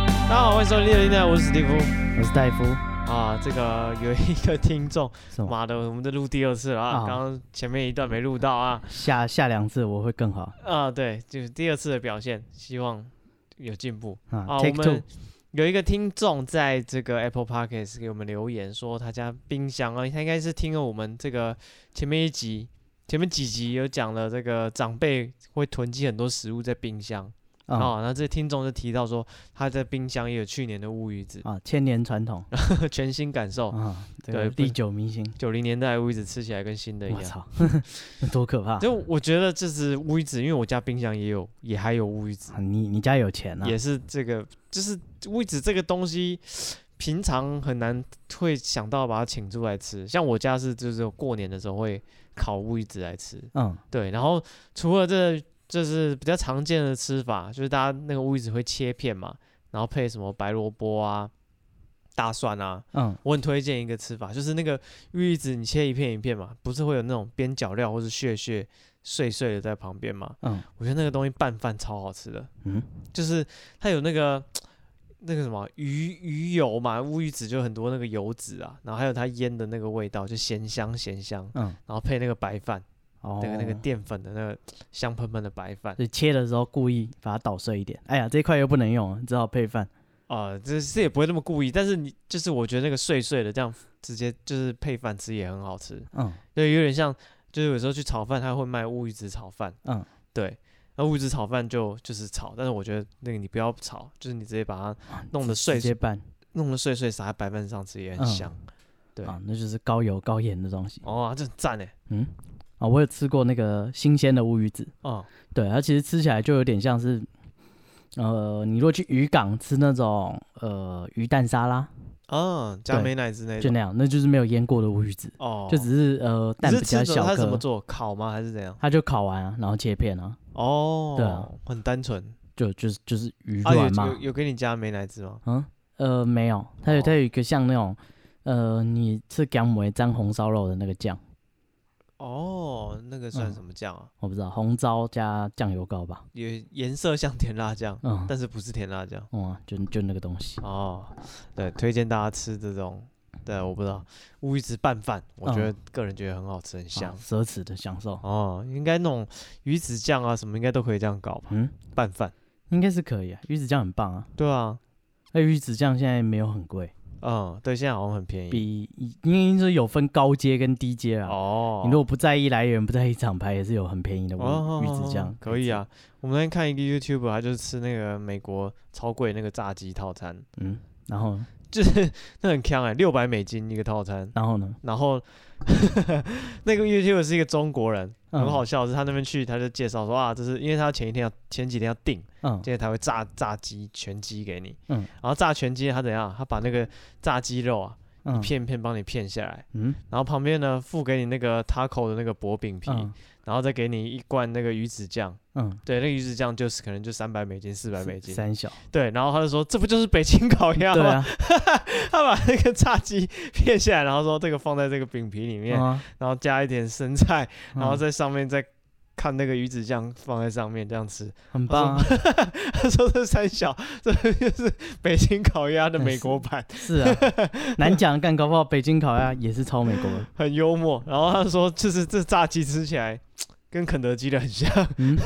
迎收听六零代，我是史蒂夫。我是戴夫。啊，这个有一个听众， 什么？妈的，我们这录第二次了啊！啊刚刚前面一段没录到啊。下下两次我会更好啊，对，就是第二次的表现，希望有进步啊啊。我 Take two，们有一个听众在这个 Apple Podcast 给我们留言说，他家冰箱啊，他应该是听了我们这个前面一集、前面几集有讲了，这个长辈会囤积很多食物在冰箱。啊哦，那这听众就提到说，他在冰箱也有去年的乌鱼子，啊，千年传统 全新感受，啊，这哦对个不历久弥新。九零年代的乌鱼子吃起来跟新的一我样。操， 那多可怕！就我觉得这是乌鱼子，因为我家冰箱也有，也还有乌鱼子，啊你你家有钱啊？也是这个，就是乌鱼子这个东西，平常很难会想到把它请出来吃。像我家是就是过年的时候会烤乌鱼子来吃，嗯对。然后除了这就是比较常见的吃法，就是大家那个乌鱼子会切片嘛，然后配什么白萝卜啊、大蒜啊，嗯我很推荐一个吃法，就是那个玉子，你切一片一片嘛，不是会有那种边角料或是屑屑碎碎的在旁边嘛？嗯我觉得那个东西拌饭超好吃的，嗯，就是它有那个那个什么鱼鱼油嘛，乌鱼子就很多那个油脂啊，然后还有它腌的那个味道，就咸香咸香，嗯然后配那个白饭，哦，那个那个淀粉的那个香喷喷的白饭，所以切的时候故意把它捣碎一点。哎呀，这一块又不能用了，只好配饭。啊，这这也不会那么故意，但是你就是我觉得那个碎碎的这样直接就是配饭吃也很好吃。嗯对，有点像，就是有时候去炒饭，他会卖乌鱼子炒饭，嗯，对，那乌鱼子炒饭就就是炒，但是我觉得那个你不要炒，就是你直接把它弄得碎直接拌弄得碎碎撒在白饭上吃也很嗯香，对啊，那就是高油高盐的东西。哦，这很赞哎，嗯啊，我有吃过那个新鲜的乌鱼子，哦，对，它其实吃起来就有点像是，呃，你如果去渔港吃那种呃鱼蛋沙拉，嗯，加对美乃滋那就种，那样，那就是没有腌过的乌鱼子，哦，就只是呃你蛋是比吃较的小他怎么颗，做，烤吗还是怎样？它就烤完、啊、然后切片啊，哦，对啊很单纯，就就是就是鱼啊有卵嘛有，哦有给你加美乃滋吗？嗯，呃没有，它有它有一个像那种。呃，你吃姜母沾红烧肉的那个酱，哦，那个算嗯什么酱啊？我不知道，红糟加酱油膏吧？有颜色像甜辣酱，嗯，但是不是甜辣酱。嗯啊，就就那个东西，哦，对，推荐大家吃这种，对，我不知道乌鱼子拌饭，我觉嗯得个人觉得很好吃，很香啊。奢侈的享受，哦，应该那种鱼子酱啊什么，应该都可以这样搞吧？嗯，拌饭，应该是可以啊。鱼子酱很棒啊，对啊，那鱼子酱现在没有很贵，嗯，对，现在好像很便宜。比因为是有分高阶跟低阶啊。哦，你如果不在意来源，不在意厂牌，也是有很便宜的哦乌鱼子酱，可以啊。我们那天看一个 YouTube，他就是吃那个美国超贵那个炸鸡套餐，可以吃。嗯，然后就是那很香哎、欸，六百美金一个套餐。然后呢？然后 那个 YouTube 是一个中国人，嗯很好笑的是，他那边去他就介绍说啊，这是因为他前一天要前几天要订，嗯今天他会炸炸鸡全鸡给你，嗯然后炸全鸡他怎样？他把那个炸鸡肉啊嗯片片帮你片下来，嗯然后旁边呢附给你那个 taco 的那个薄饼皮，嗯然后再给你一罐那个鱼子酱，嗯，对，那个鱼子酱就是可能就三百美金四百美金，三小，对，然后他就说这不就是北京烤鸭对吗？啊，他把那个炸鸡片下来，然后说这个放在这个饼皮里面，嗯啊然后加一点生菜，嗯然后在上面再看那个鱼子酱放在上面这样吃。 很棒啊，他说这三小，这就是北京烤鸭的美国版，哎是啊，难讲，干搞不好北京烤鸭也是超美国的，很幽默。然后他说，就是这炸鸡吃起来跟肯德基的很像，嗯，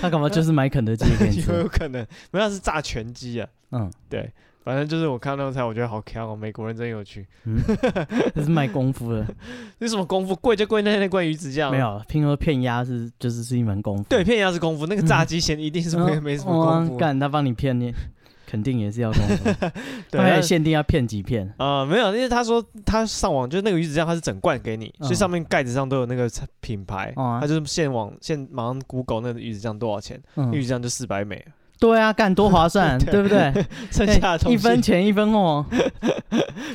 他搞不好就是买肯德基给你有 吃，有可能，没有它是炸全鸡啊。嗯对，反正就是我看到那菜，我觉得好香哦，美国人真有趣。嗯，这是卖 功夫的，有什么功夫？贵就贵那那罐鱼子酱，啊没。有拼和片鸭是就是是一门功夫，对，片鸭是功夫，那个炸鸡先一定是没嗯没什么哦功夫。干他帮你骗你，肯定也是要功夫， 对，啊他还但有是限定要骗几片，啊、没有，因为他说他上网就是那个鱼子酱，他是整罐给你，嗯所以上面盖子上都有那个产品牌，哦啊他就是现网现马上 Google 那个鱼子酱多少钱，嗯那，鱼子酱就四百美，对啊，干多 划算，对不对？剩哎下的东西、一分钱一分货，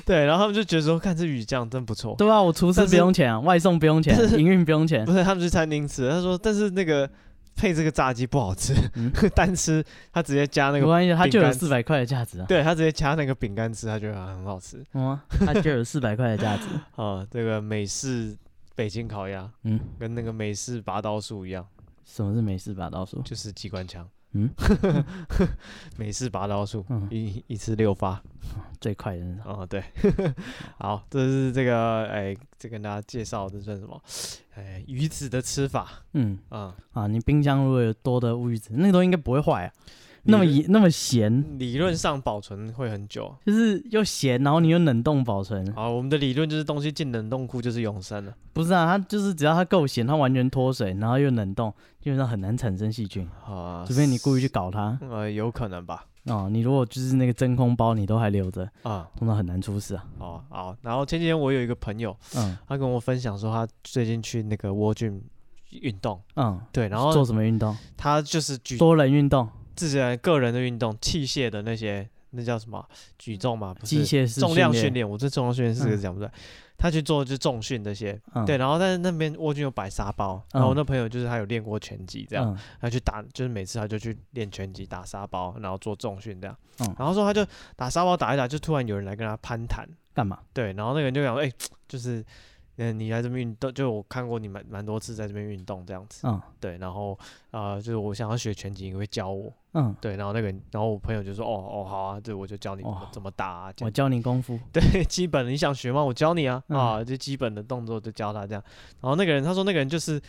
对，然后他们就觉得说，看这鱼子酱真不错，对啊，我厨但师是不用钱啊，外送不用钱但，是营运不用钱不，是他们去餐厅吃，他说但是那个配这个炸鸡不好吃， 嗯单吃他直接加那没个，关系，它就有饼干四百块的价值啊，对他直接加那个饼干吃，他觉得啊很好吃嗯啊，它就有四百块的价 值，啊、这个美式北京烤鸭嗯，跟那个美式拔刀术一样，什么是美式把刀术？就是机关枪。嗯， 美式拔刀术，嗯一一次六发。最快的那嗯种。哦，对， 好，这是这个，哎，这跟大家介绍这算什么？哎，鱼子的吃法嗯啊、啊，你冰箱如果有多的乌鱼子，那个东西应该不会坏啊。那么理盐那么咸，理论上保存会很久。就是又咸，然后你又冷冻保存。好，我们的理论就是东西进冷冻库就是永生了。不是啊，它就是只要它够咸，它完全脱水，然后又冷冻，基本上很难产生细菌，好啊，除非你故意去搞它。呃，有可能吧。哦，你如果就是那个真空包你都还留着，啊、通常很难出事 啊。好啊好。然后前几天我有一个朋友，嗯他跟我分享说，他最近去那个蜗苣运动，嗯，对，然做后什么运动？他就是举多人运动，自己的个人的运动，器械的那些，那叫什么举重嘛，不是机械式重量训训练。练，我这重量训练四个字讲不出来。他去做就是重训这些，嗯，对，然后但是那边蜗苣有摆沙包，然后我嗯那朋友就是他有练过拳击这样，嗯他去打，就是每次他就去练拳击、打沙包，然后做重训这样。嗯然后说他就打沙包打一打，就突然有人来跟他攀谈，干嘛？对，然后那个人就讲说，哎、就是，嗯，你来这边运动，就我看过你蛮蛮多次在这边运动这样子，嗯对，然后啊、呃就是我想要学拳击，你会教我，嗯，对，然后那个人，然后我朋友就说，哦哦，好啊，对，我就教你怎么哦怎么打、啊，这我样教你功夫。对，基本的你想学吗？我教你啊，嗯啊，就基本的动作就教他这样。然后那个人他说那个人就是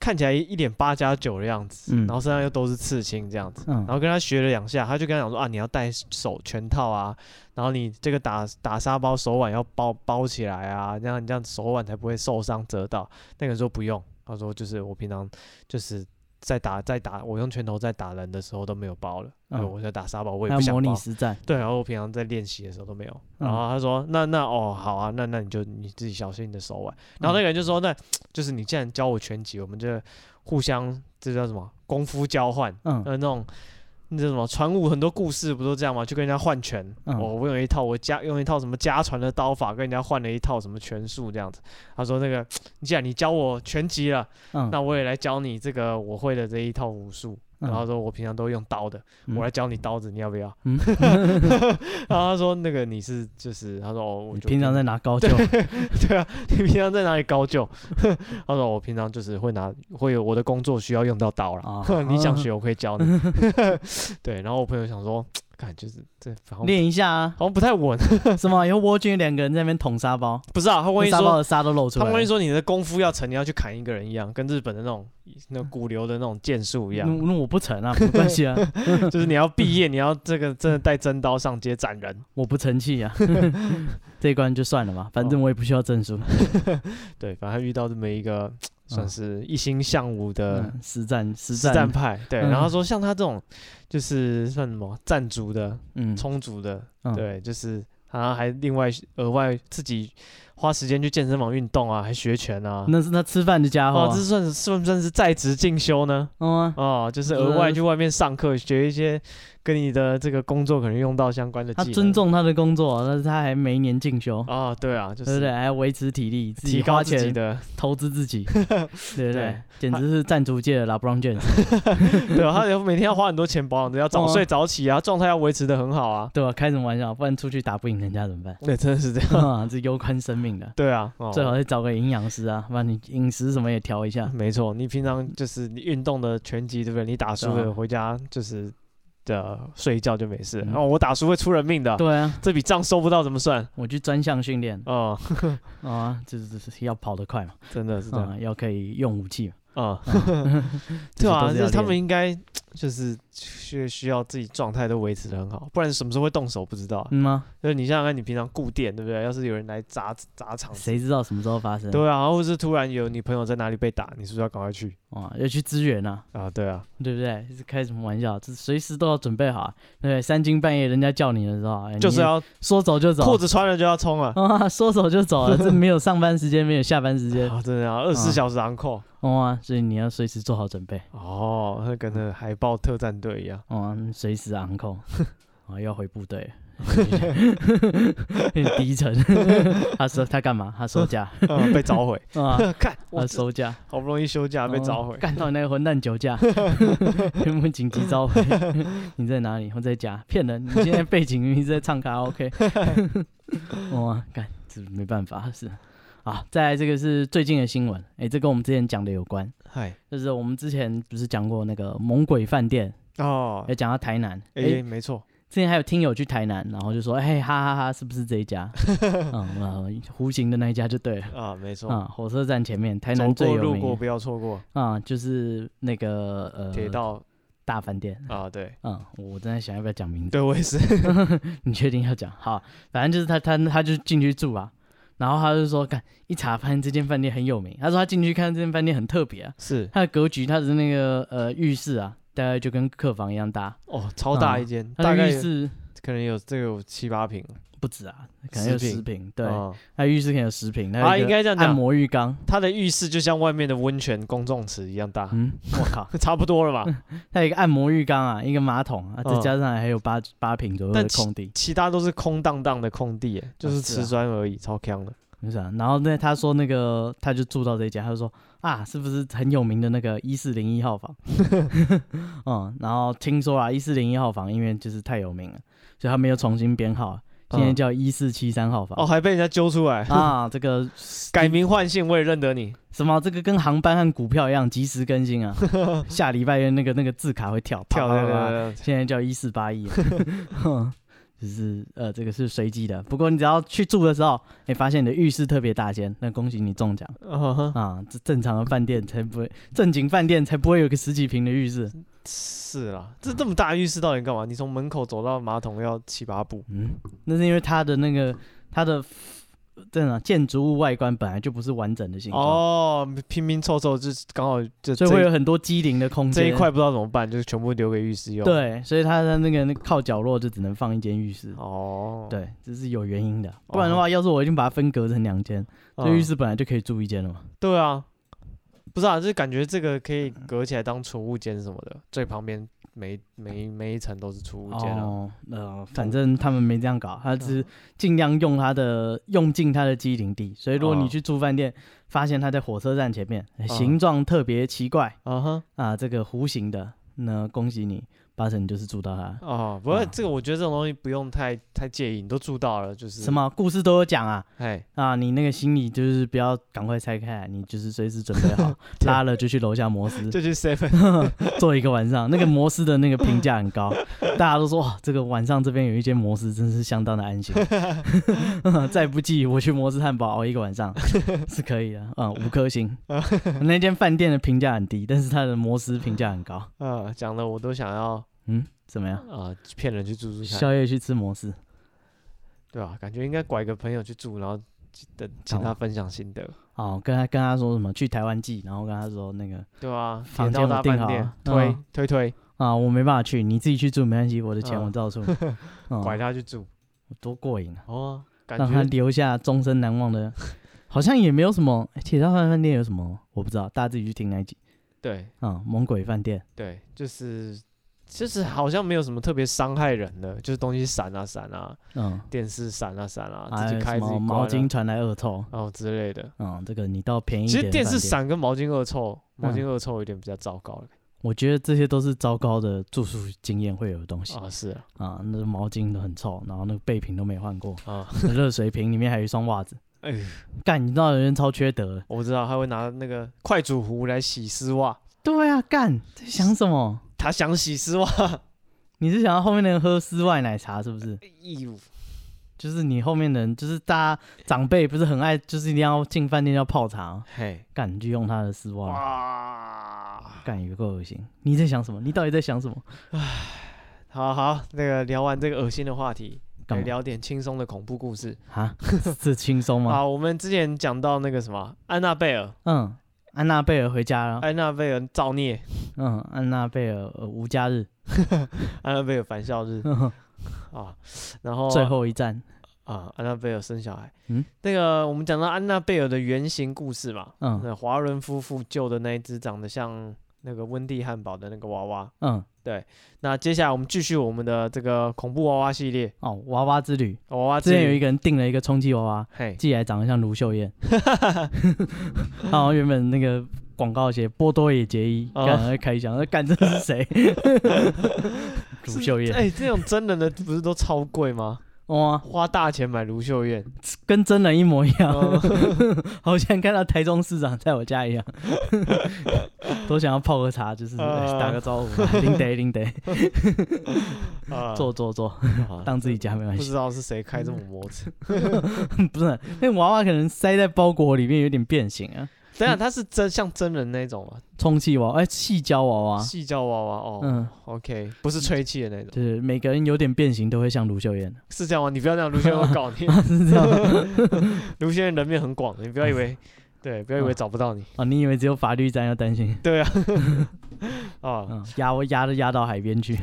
看起来一脸八加九的样子，嗯然后身上又都是刺青这样子。嗯然后跟他学了两下，他就跟他讲说啊，你要戴手拳套啊，然后你这个打打沙包手腕要包包起来啊，这样你这样手腕才不会受伤折到。那个人说不用，他说就是我平常就是在打在打我用拳头在打人的时候都没有包了，嗯我在打沙包我也还不有想模包拟。实战。对，然后我平常在练习的时候都没有。然嗯后他说：“那那哦，好啊，那那你就你自己小心你的手腕。”然嗯后那个人就说：“那就是你既然教我拳击，我们就互相这叫什么功夫交换？嗯呃，那种那叫什么传武很多故事不都这样吗？就跟人家换拳。哦嗯我我有一套我家用一套什么家传的刀法，跟人家换了一套什么拳术这样子。他说：那个既然你教我拳击了，嗯，那我也来教你这个我会的这一套武术。”然后说：“我平常都用刀的，嗯我来教你刀子，你要不要？” 嗯然后他说：“那个你是就是，他说哦，我你就平常在拿高就对啊，你平常在哪里高就？ 他说我平常就是会拿，会有我的工作需要用到刀啦。啊你想 学我可以教你。对，然后我朋友想说，看就是这好像 练一下啊？好像不太稳， 什么？以后蜗居两个人在那边捅沙包，不是啊？他万一那沙包说。的沙都露出他来。万一说你的功夫要成，你要去砍一个人一样，跟日本的那种那嗯种古流的那种剑术一那样，那我不成啊，没关系啊，就是你要毕 业，你要这个真的带真刀上街斩人。我不成 器啊，这一关就算了吧，反正我也不需要证哦书。对，反正遇到这么一个算嗯是一心向武的嗯，实战实呃实战战，派，对。嗯然后他说像他这种就是算什么战族的、嗯，充足的，嗯对，就是他还另外额外自己花时间去健身房运动啊，还学拳啊。那是他吃饭的家伙哦，啊这。算是算不算是在职进修呢？嗯啊，哦，就是额外去外面上课，学一些跟你的这个工作可能用到相关的技他能。尊重他的工作，啊但是他还每一年进修，啊、对啊，就对不对？是还要维持体力，自己提高花自己钱的投资 自己，对不对对？简直是战足界的 LeBron James， 对啊，他每天要花很多钱保养着，要早哦睡早起啊，状态要维持的很好啊。对吧？开什么玩笑？不然出去打不赢人家怎 么办？对，真的是这样。啊，这攸关生命的，对啊，哦、哦最好是找个营养师啊，把你饮食什么也调一下。没错。你平常就是你运动的拳击，对不对？你打输对了啊回家就是的睡一觉就没事。嗯然后、我打输会出人命的，对啊，这笔账收不到怎么算？我去专项训练 哦，啊，就是就是要跑得快嘛，真的是这样。啊，要可以用武器嘛。啊、哦嗯 对这些啊，都是就要是他练们应该就是需需要自己状态都维持的很好，不然什么时候会动手不知道啊。嗯吗？就是你想想看，你平常固店对不对？要是有人来砸砸场子，哦谁知道什么时候发生？对啊，或是突然有你朋友在哪里被打，你是不是要赶快去啊，要去支援啊，啊？对啊，对不对？是开什么玩笑？这随时都要准备好啊，对不对？三更半夜人家叫你的时候，哎就是你要说走就走，裤子穿了就要冲啊！啊，说走就走 啊，这没有上班时间，没有下班时间，啊，真的啊，二十四啊小时昂扣。哦啊，所以你要随时做好准备，哦，那跟嗯那海豹特战队一样。哦啊，随时 昂扣，啊，要回部队 了。很低沉， 他说他干嘛？他收 假嗯，被召 回。啊，看，我他收假，好不容易休假被召哦回。干到你那个混蛋 酒驾，有没有紧急召回？ 你在哪里？我在家，骗人！你现在背景音是在唱卡 拉 OK，哇，干，这没办法是。啊，再来这个是最近的新闻，哎、这跟我们之前讲的有关，嗨，就是我们之前不是讲过那个猛鬼饭店哦要，讲到台南，哎、哎、没错，之前还有听友去台南，然后就说，哎、哈哈哈是不是这 一家？嗯，呃弧形的那一家就对了。啊，没错，啊、火车站前面，台走南最过有路过名不要错过啊、就是那个呃铁道大饭店。啊，对，嗯，我正在想要不要讲名字， 对我也是，你确定要讲？好，反正就是他他他就进去住啊，然后他就说，看一查发现这间饭店很有名，他说他进去看这间饭店很特别啊，是它的格局，它的那个呃浴室啊，大概就跟客房一样大，哦，超大啊一间，它大的概浴室可能有这个有七八平，不止啊，可能有十平十平，对，啊它浴室可能有十平，啊它应有一个该这样按讲，摩浴缸，它的浴室就像外面的温泉公众池一样大，嗯， 我靠， 差不多了吧？它有一个按摩浴缸啊，一个马桶啊，再嗯加上还有八八平左右的但其空地，其他都是空荡荡的空地耶，就是是啊瓷砖而已，超强的。就是啊，然后呢，他说那个他就住到这一家，他就说啊，是不是很有名的那个一四零一号房？ 嗯，然后听说啊，一四零一号房因为就是太有名了，所以他们又重新编号啊，今天嗯叫一四七三号房。哦，还被人家揪出来，啊，这个改名换姓，我也认得你。什么？这个跟航班和股票一样，及时更 新啊！下礼拜的那个那个字卡会跳跳啪啪跳跳啪跳现在叫一四八 一，哼就是呃，这个是随机的。不过你只要去住的时候，你发现你的浴室特别大间，那恭喜你中奖嗯 哼啊！这正常的饭店才不会，正经饭店才不会有个十几平的浴室。是啦，这这么大浴室到底干嘛？你从门口走到马桶要七八步嗯，那是因为它的那个它的真的建筑物外观本来就不是完整的形状，哦，拼拼凑凑就是刚好就所以会这有很多机灵的空这间。一块不知道怎么办，就是全部留给浴室用。，对，所以它的那个那靠角落就只能放一间浴室。哦，对，这是有原因的，不然的话，要是我已经把它分隔成两间，嗯，这浴室本来就可以住一间了嘛。对啊，不是啊，就是感觉这个可以隔起来当储物间什么的，最旁边每每每一层都是储物间啊。哦，呃，反正他们没这样搞，他只是尽量用他的用尽他的机灵地。所以如果哦你去住饭店，发现他在火车站前面，哎哦形状特别奇怪啊哈，啊，这个弧形的，那恭喜你，八成你就是住到他。哦，不过啊这个我觉得这种东西不用太太介意，你都住到了就是什？么故事都有讲啊哎，啊！你那个行李就是不要赶快拆开来，你就是随时准备 好，拉了就去楼下摩斯。就去 seven 坐一个晚上，那个摩斯的那个评价很 高，大家都说哇，这个晚上这边有一间摩斯，真是相当的 安心。再不济，我去摩斯汉堡熬一个晚 上是可以的，嗯，五颗星。那间饭店的评价很低，但是它的摩斯评价很高。啊，讲的我都想要嗯，怎么样？啊骗人去住住看，宵夜去吃摩斯，对吧？感觉应该拐个朋友去住，然后等请他分享心得，哦，跟他跟他说什么去台湾记，然后跟他说那个对吧？房铁道间我大订饭好店了推嗯推推，啊，我没办法去，你自己去住没关系，我的钱嗯我照出。 嗯拐他去住多过瘾啊！哦，感让他觉留下终身难忘 的。好像也没有什么诶铁道饭饭店有什么，我不知道，大家自己去听那一集。对嗯，猛鬼饭店，对，就是就是好像没有什么特别伤害人的，就是东西闪啊闪啊，嗯，电视闪啊闪啊，还自己有开哎什自己么关毛啊巾传来恶臭，哦之类的。嗯，这个你到便宜一其点实的电视饭店，闪跟毛巾恶臭，毛巾嗯恶臭有点比较糟糕了我觉得这些都是糟糕的住宿经验会有的东西啊，是啊，啊。那毛巾都很臭，然后那个备品都没换过， 啊，那热水瓶里面还有一双袜子，哎，干，你知道有人超缺德的。我知道他会拿那个快煮壶来洗丝袜，对啊，干，在想什么？他想洗丝袜，你是想要后面的人喝丝袜奶茶是不是？义务就是你后面的人，就是大家长辈不是很爱，就是一定要进饭店要泡茶，嘿，干你就用他的丝袜，哇，干有够恶心。你在想什么？你到底在想什么？好好，那个聊完这个恶心的话题，干来嘛聊点轻松的恐怖故事啊？是轻松吗？啊。我们之前讲到那个什么安娜贝尔，嗯，安娜贝尔回家了。安娜贝尔造孽，嗯，安娜贝尔、呃、无家日，安娜贝尔返校日呵呵啊，然后嗯最后一站。啊，安娜贝尔生小孩。嗯那个我们讲到安娜贝尔的原型故事嘛，嗯那华伦夫妇救的那一只长得像那个温蒂汉堡的那个娃娃。嗯，那接下来我们继续我们的这个恐怖娃娃系列，哦，娃娃之旅。娃娃之前有一旅，个人订了一个充气娃娃，嘿，寄来长得像卢 秀燕，然后原本那个广告写波多野结衣，哦干在开箱，那干这 是谁？卢秀燕。哎、这种真人的不是都超贵吗？哇，花大钱买卢秀 燕，跟真人一模一样，哦 好像看到台中市长在我家 一样，都想要泡个茶，就是、哎啊打个招呼，零得零得，啊，坐坐坐，好当自己家没关呃不系知。道是谁开这种模 子。不是，那娃娃可能塞在包裹里面有点变形啊，等一下，他是真像真人那种吗？充气娃娃，哎、气胶娃娃，细胶娃娃哦嗯， ，OK，不是吹气的那种，就是每个人有点变形都会像卢秀燕， 是这样吗？你不要这样，卢秀燕会搞 你。是这样吗卢先生人面很广，你不要以为，对，不要以为嗯找不到你。哦，你以为只有法律战要担心？对 啊，啊嗯，压我压都压到海边去，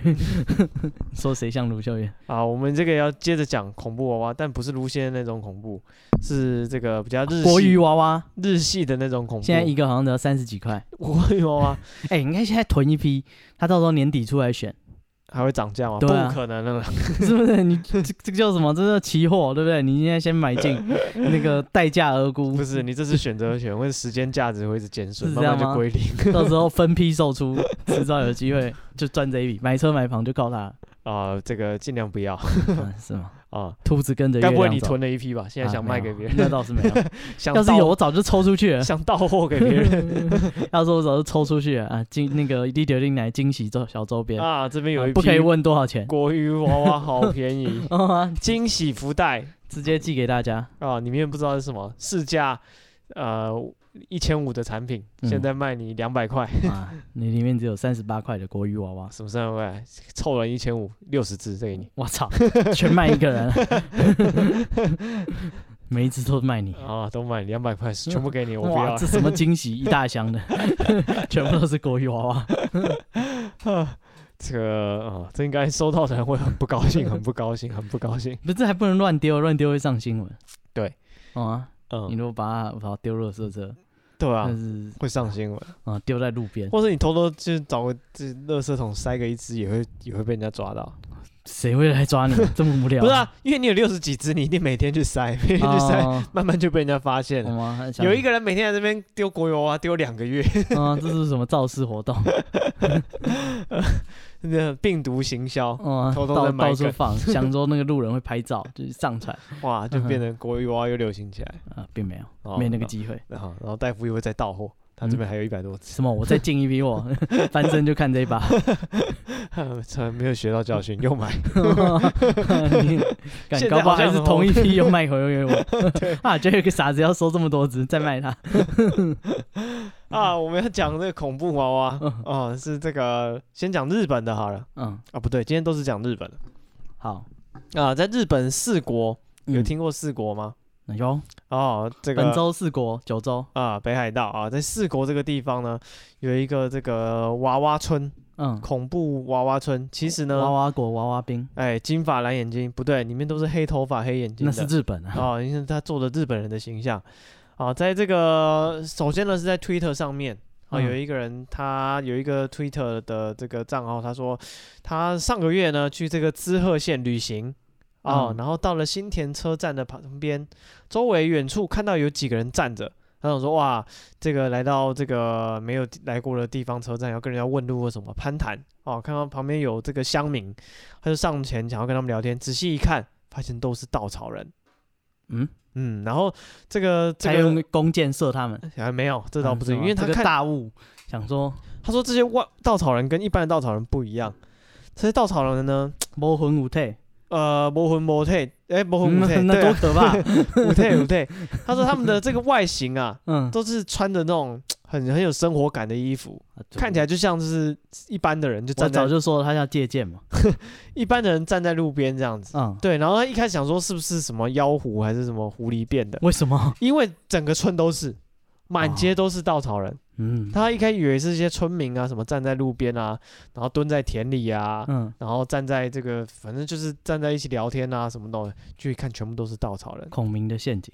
说谁像卢秀燕？啊，我们这个要接着讲恐怖娃娃，但不是卢先生那种恐怖，是这个比较日国系语娃娃日系的那种恐怖。现在一个好像只要三十几块，国语娃娃 哎、你看现在囤一批，他到时候年底出来选， 还会涨价吗？对啊不可能了，是不是？你这这个叫什么？这叫期货，对不对？你现在先买进，那个待价而沽 不，是你这是选择权，会时间价值会一直减损，是慢这慢样就吗归零。 到时候分批售出，迟早有机会就赚这一笔，买车买房就靠他了、 啊，这个尽量不要嗯是吗？啊，兔子跟着月该亮不走。会你囤了一批吧？现在啊想没卖有给别人，那倒是没 有。想 要是到有，我早就抽出去 了。 想到货给别人要说我早就抽出去了啊！惊那个一丢进来惊喜周小周边，啊，这边有一不批可以问多少钱， 国语娃娃，好便宜。 啊惊喜福袋直接寄给大家。啊，里面不知道是什么，市价呃一千五的产品，嗯现在卖你两百块，啊，你里面只有三十八块的国语娃娃，什么三百块，凑了一千五，六十只再给你我操，全卖一个人， 每一只都卖你。啊，都卖两百块，全部给你，呃我不嗯哇，要这什么 惊喜，一大箱的， 全部都是国语娃娃。了。这个啊，这应该收到的人会很不高兴，很不高兴，很不高兴。不是，这还不能乱丢，乱丢会上新闻。对，哦啊，你嗯，如果把它把它丢垃圾车，对啊那，是会上新闻，啊丢在路边，或者你偷偷就找个这垃圾桶塞个一只，也会也会被人家抓到。谁会 来抓你？这么无聊？不是啊，因为你有六十几只，你一定每天去塞，每天去塞，哦慢啊 慢就被人家发现了好。吗？有一个个人每天在这边丢国油啊，丢两个月，啊，这是什么造势活 动？那病毒行销，哦，偷偷到在买到梗处 放，想说那个路人会拍照，就是上传哇，就变成国油啊又流行起来。啊，并没有，哦嗯没那个嗯机会。然后，然后戴夫又会再到货，他这边还有一百多只，什么？我再进一批我，翻身就看这一把。从来没有学到教训，又买。你现在敢搞不好好像还是很同一批又卖回给我啊！就有一个傻子要收这么多只，再卖他。啊，我们要讲这个恐怖娃娃哦，是这个先讲日本的好了嗯，啊，不对，今天都是讲日本的好，啊，在日本四国有嗯听过四国吗？那就哦，这本个周四国九州，啊，北海道啊，在四国这个地方呢，有一个这个娃娃村，嗯，恐怖娃娃村。其实呢，娃娃国娃娃兵，哎，金发蓝眼睛不对，里面都是黑头发黑眼睛嗯那的。是日本啊。啊，因为他做的日本人的形象啊，在这个首先呢是在 Twitter 上面啊，嗯有一个人他有一个 Twitter 的这个账号，他说他上个月呢去这个滋贺县旅行。哦嗯，然后到了新田车站的旁边，周围远处看到有几个人站着，他想说哇，这个来到这个没有来过的地方车站，要跟人家问路或什么攀谈哦，看到旁边有这个乡民，他就上前想要跟他们聊天，仔细一看，发现都是稻草人。嗯，嗯，然后这个这他个用弓箭射他们，还没有，这倒不至于，嗯因为他这个看大雾，想说他说这些外稻草人跟一般的稻草人不一样，这些稻草人呢，魔魂无退，呃，魔魂魔退，哎，魔魂魔退，嗯那对多啊，可怕。魔退魔退，他说他们的这个外形啊，嗯，都是穿的那种很很有生活感的衣服，看起来来就像是一般的人，就我站在早就说了他要借鉴嘛。一般的人站在路边这样子。嗯，对，然后他一开始想说是不是什么妖狐还是什么狐狸变的，为什么？因为整个村都是，满哦街都是稻草人。嗯他一开始以为是一些村民啊，什么站在路边啊，然后蹲在田里啊，嗯，然后站在这个，反正就是站在一起聊天啊，什么的，就一看全部都是稻草人。孔明的陷阱，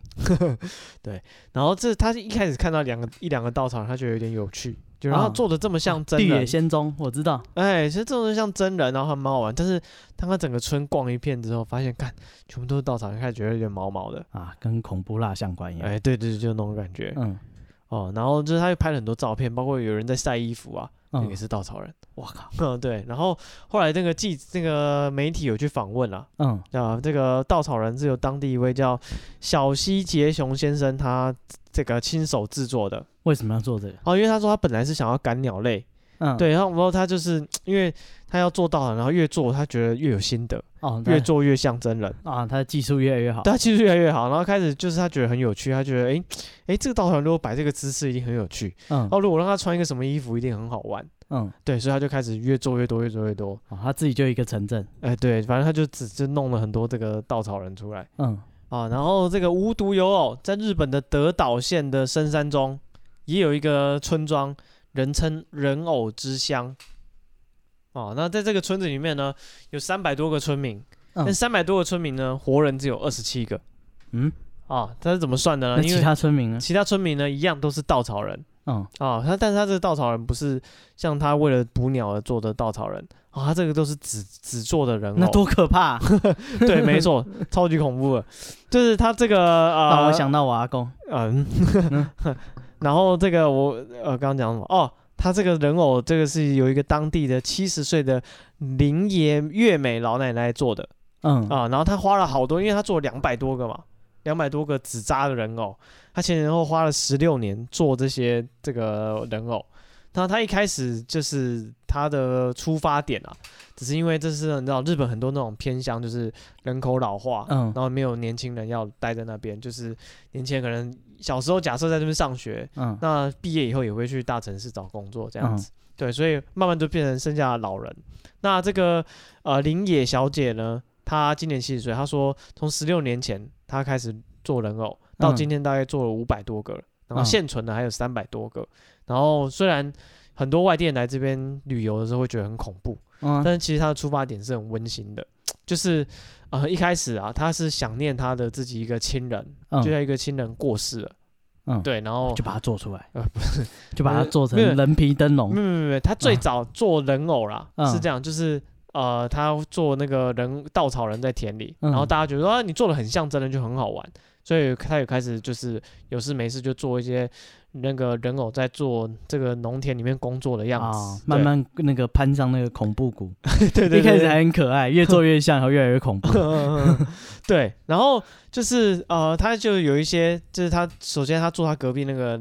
然后这他一开始看到两个一两个稻草人，他觉得有点有趣，就然后啊做的这么像真绿人野，仙踪，我知道。哎，其实这种就像真人，然后还蛮好玩。但是当他整个村逛一遍之后，发现看全部都是稻草人，开始觉得有点毛毛的。啊，跟恐怖蜡像馆一哎样。哎，对对，对就那种感觉嗯，哦。然后就是他又拍了很多照片，包括有人在晒衣服啊，那嗯个也是稻草人。我靠，嗯，对。然后后来那个记那个媒体有去访问了。嗯啊，这个稻草人是由当地一位叫小西杰雄先生他这个亲手制作的为什么要做这个？哦，因为他说他本来是想要赶鸟类，嗯，对，然后然后他就是因为他要做稻草人，然后越做他觉得越有心得，哦，越越做越像真人，啊，他的技术越来越好。对他其实越来越好，然后开始就是他觉得很有趣，他觉得诶诶，这个稻草人如果摆这个姿势一定很有趣，嗯哦，如果让他穿一个什么衣服一定很好玩，嗯，对，所以他就开始越做越多，越做越多，哦，他自己就一个城镇。哎、对，反正他就只就弄了很多这个稻草人出来。嗯，啊，然后这个无独有偶，在日本的德岛县的深山中，也有一个村庄，人称人偶之乡。哦，那在这个村子里面呢，有三百多个村民，嗯那三百多个村民呢，活人只有二十七个。嗯，啊，他是怎么算的那呢？因其为他村民呢？其他村民呢，一样都是稻草人嗯啊。他但是他这个稻草人不是像他为了捕鸟而做的稻草人啊，他这个都是纸纸做的人偶。那多可 怕啊！对，没错，超级恐怖的。就是他这个让呃啊我，想到我阿公。嗯， 然后这个我呃刚刚讲什么？哦，他这个人偶这个是有一个当地的七十岁的林爷月美老奶奶做的嗯啊，然后他花了好多，因为他做两百多个嘛，两百多个纸扎的人偶，他前前后后花了十六年做这些这个人偶。那他一开始就是他的出发点啊，只是因为这是你知道日本很多那种偏乡，就是人口老化，嗯然后没有年轻人要待在那边，就是年轻人可能小时候假设在这边上学，嗯那毕业以后也会去大城市找工作这样嗯子。对，所以慢慢就变成剩下的老人。那这个呃林野小姐呢，她今年七十岁，她说从十六年前她开始做人偶，到嗯今天大概做了五百多个了，然后嗯现存的还有三百多个。然后虽然很多外地人来这边旅游的时候会觉得很恐怖，嗯但是其实他的出发点是很温馨的，就是呃一开始啊，他是想念他的自己一个亲人，嗯就，像一个亲人过世了，嗯对，然后就把它做出来呃，就把它做成没有人皮灯没。笼有没有没有，他最啊早做人偶啦，嗯是这样，就是呃他做那个人稻草人在田里，然后嗯大家觉得说啊你做的很像真人就很好玩，所以他也开始就是有事没事就做一些那个人偶在做这个农田里面工作的样子，啊，对慢慢那个攀上那个恐怖谷， 对对对一开始对还很可爱，越做越像，然后越来越恐怖。 对，然后就是呃，他就有一些，就是他首先他住他隔壁那个，